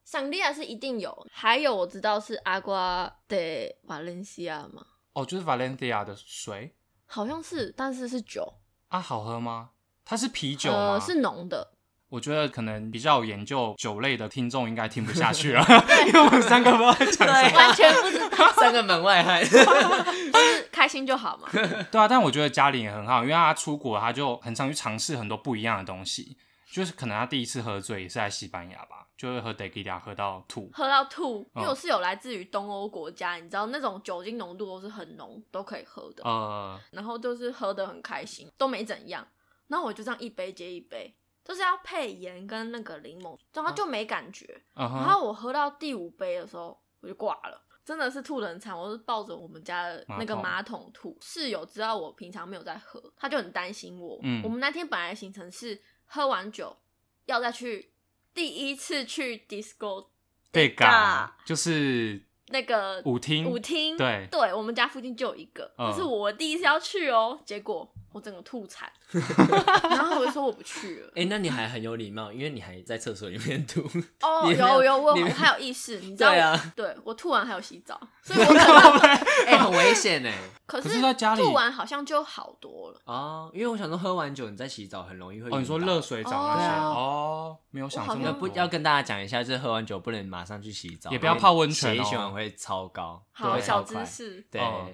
Speaker 3: 赏利亚是一定有，还有我知道是阿瓜的瓦伦西亚嘛，
Speaker 1: 哦，就是 Valencia 的水
Speaker 3: 好像是，但是是酒，
Speaker 1: 啊，好喝吗？它是啤酒吗？
Speaker 3: 呃，是浓
Speaker 1: *laughs*
Speaker 3: 的，
Speaker 1: 我觉得可能比较有研究酒类的听众应该听不下
Speaker 3: *laughs*
Speaker 1: 去了，啊 *laughs* 因为我们三个不知道在讲什么。
Speaker 3: 完全不知道，
Speaker 4: 三个门外汉。 *laughs*
Speaker 3: 就是开心就
Speaker 1: *laughs*
Speaker 3: 好嘛。
Speaker 1: 对啊，但我觉得嘉玲也很好，因为她出国，她就很常去尝试很多不一样的东西。就是可能她第一次喝醉也是在西班牙吧，就会喝 d e q i l a 喝到吐。
Speaker 3: 喝到吐，因为
Speaker 1: 嗯
Speaker 3: 我室友来自于东欧国家，你知道那种酒精浓度都是很浓，都可以喝的，
Speaker 1: 呃，
Speaker 3: 然后就是喝的很开心，都没怎样。然后我就这样一杯接一杯，就是要配盐跟那个柠檬，然后就没感觉。
Speaker 1: 嗯
Speaker 3: 然
Speaker 1: 哼，
Speaker 3: 后我喝到第五杯的时候，我就挂了，真的是吐的很惨，我是抱着我们家的那个
Speaker 1: 马
Speaker 3: 马桶吐。室友知道我平常没有在喝，他就很担心我。
Speaker 1: 嗯
Speaker 3: 我们那天本来的行程是喝完酒要再去第一次去 disco
Speaker 1: 对
Speaker 3: 嘎
Speaker 1: 嘎，就是
Speaker 3: 那个
Speaker 1: 舞厅，
Speaker 3: 舞厅，
Speaker 1: 对
Speaker 3: 对，我们家附近就有一个，
Speaker 1: 嗯
Speaker 3: 那、是我第一次要去哦，结果我整个吐惨，然后我就说我不去了。
Speaker 4: 哎、那你还很有礼貌，因为你还在厕所里面吐。
Speaker 3: 哦，
Speaker 4: 你没有
Speaker 3: 有有，我
Speaker 4: 你
Speaker 3: 有
Speaker 4: 没
Speaker 3: 我
Speaker 4: 有
Speaker 3: 还有意识，你知道我？
Speaker 4: 对啊，
Speaker 3: 对我吐完还有洗澡，所以我可能
Speaker 4: 哎、 *laughs* 很危险哎。
Speaker 3: 可
Speaker 1: 可是在家里
Speaker 3: 吐完好像就好多了，
Speaker 4: 哦，因为我想说，喝完酒你在洗澡很容易会晕倒。
Speaker 1: 哦，你说热水澡那些
Speaker 3: 对啊
Speaker 1: 哦，没有想
Speaker 3: 我好
Speaker 1: 这
Speaker 3: 像
Speaker 1: 么
Speaker 4: 那
Speaker 1: 多
Speaker 4: 不要跟大家讲一下，就是喝完酒不能马上去洗澡，
Speaker 1: 也不要泡温泉哦
Speaker 4: 因为血液循环会超高，
Speaker 3: 好
Speaker 4: 会
Speaker 3: 小
Speaker 4: 超
Speaker 3: 知
Speaker 4: 快。
Speaker 3: 识。
Speaker 4: 对，
Speaker 1: 哦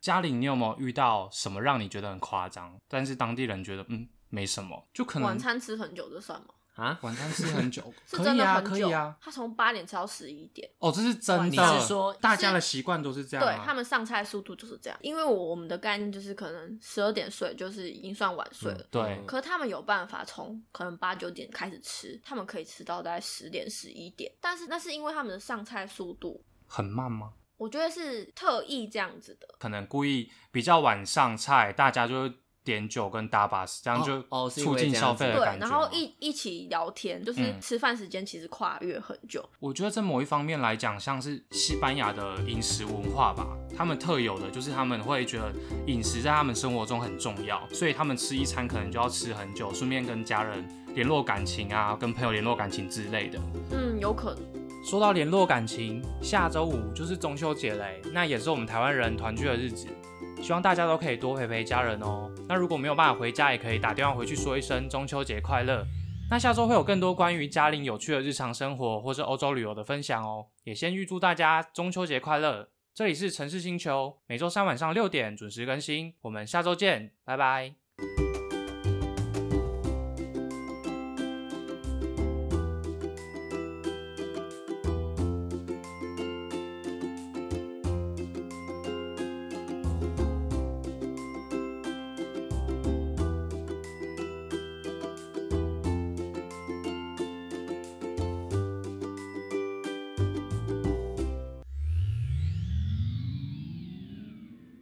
Speaker 1: 嘉玲，你有没有遇到什么让你觉得很夸张，但是当地人觉得嗯没什么，就可能
Speaker 3: 晚餐吃很久这算吗？
Speaker 4: 啊，
Speaker 1: 晚餐吃很 *laughs* 久，
Speaker 3: 是
Speaker 1: 可
Speaker 3: 真
Speaker 1: 以
Speaker 3: 的
Speaker 1: 啊，
Speaker 3: 很久。
Speaker 1: 可以啊。
Speaker 3: 他从八点吃到十一点，
Speaker 1: 哦，这是真
Speaker 4: 你
Speaker 1: 的。
Speaker 4: 是说
Speaker 1: 大
Speaker 3: 是
Speaker 1: 家的习惯都是这样、啊？
Speaker 3: 对他们上菜速度就是这样。因为我我们的概念就是可能十二点睡就是已经算晚睡了。
Speaker 1: 对
Speaker 3: 可是他们有办法从可能八九点开始吃，他们可以吃到大概十点十一点，但是那是因为他们的上菜速度，
Speaker 1: 很慢吗？
Speaker 3: 我觉得是特意这样子的。
Speaker 1: 可能故意比较晚上菜，大家就点酒跟搭巴士，这样就
Speaker 4: 哦哦是因为
Speaker 1: 促进消费的
Speaker 3: 对
Speaker 1: 感觉，吗。哦
Speaker 3: 然后一一起聊天，就是
Speaker 1: 嗯
Speaker 3: 吃饭时间其实跨越很久。
Speaker 1: 我觉得在某一方面来讲，像是西班牙的饮食文化吧，他们特有的就是他们会觉得饮食在他们生活中很重要，所以他们吃一餐可能就要吃很久，顺便跟家人联络感情啊，跟朋友联络感情之类的。
Speaker 3: 嗯，有可能。
Speaker 1: 说到联络感情，下周五就是中秋节嘞，那也是我们台湾人团聚的日子，希望大家都可以多陪陪家人哦。那如果没有办法回家，也可以打电话回去说一声中秋节快乐。那下周会有更多关于嘉玲有趣的日常生活或是欧洲旅游的分享哦。也先预祝大家中秋节快乐！这里是城市星球，每周三晚上六点准时更新，我们下周见，拜拜。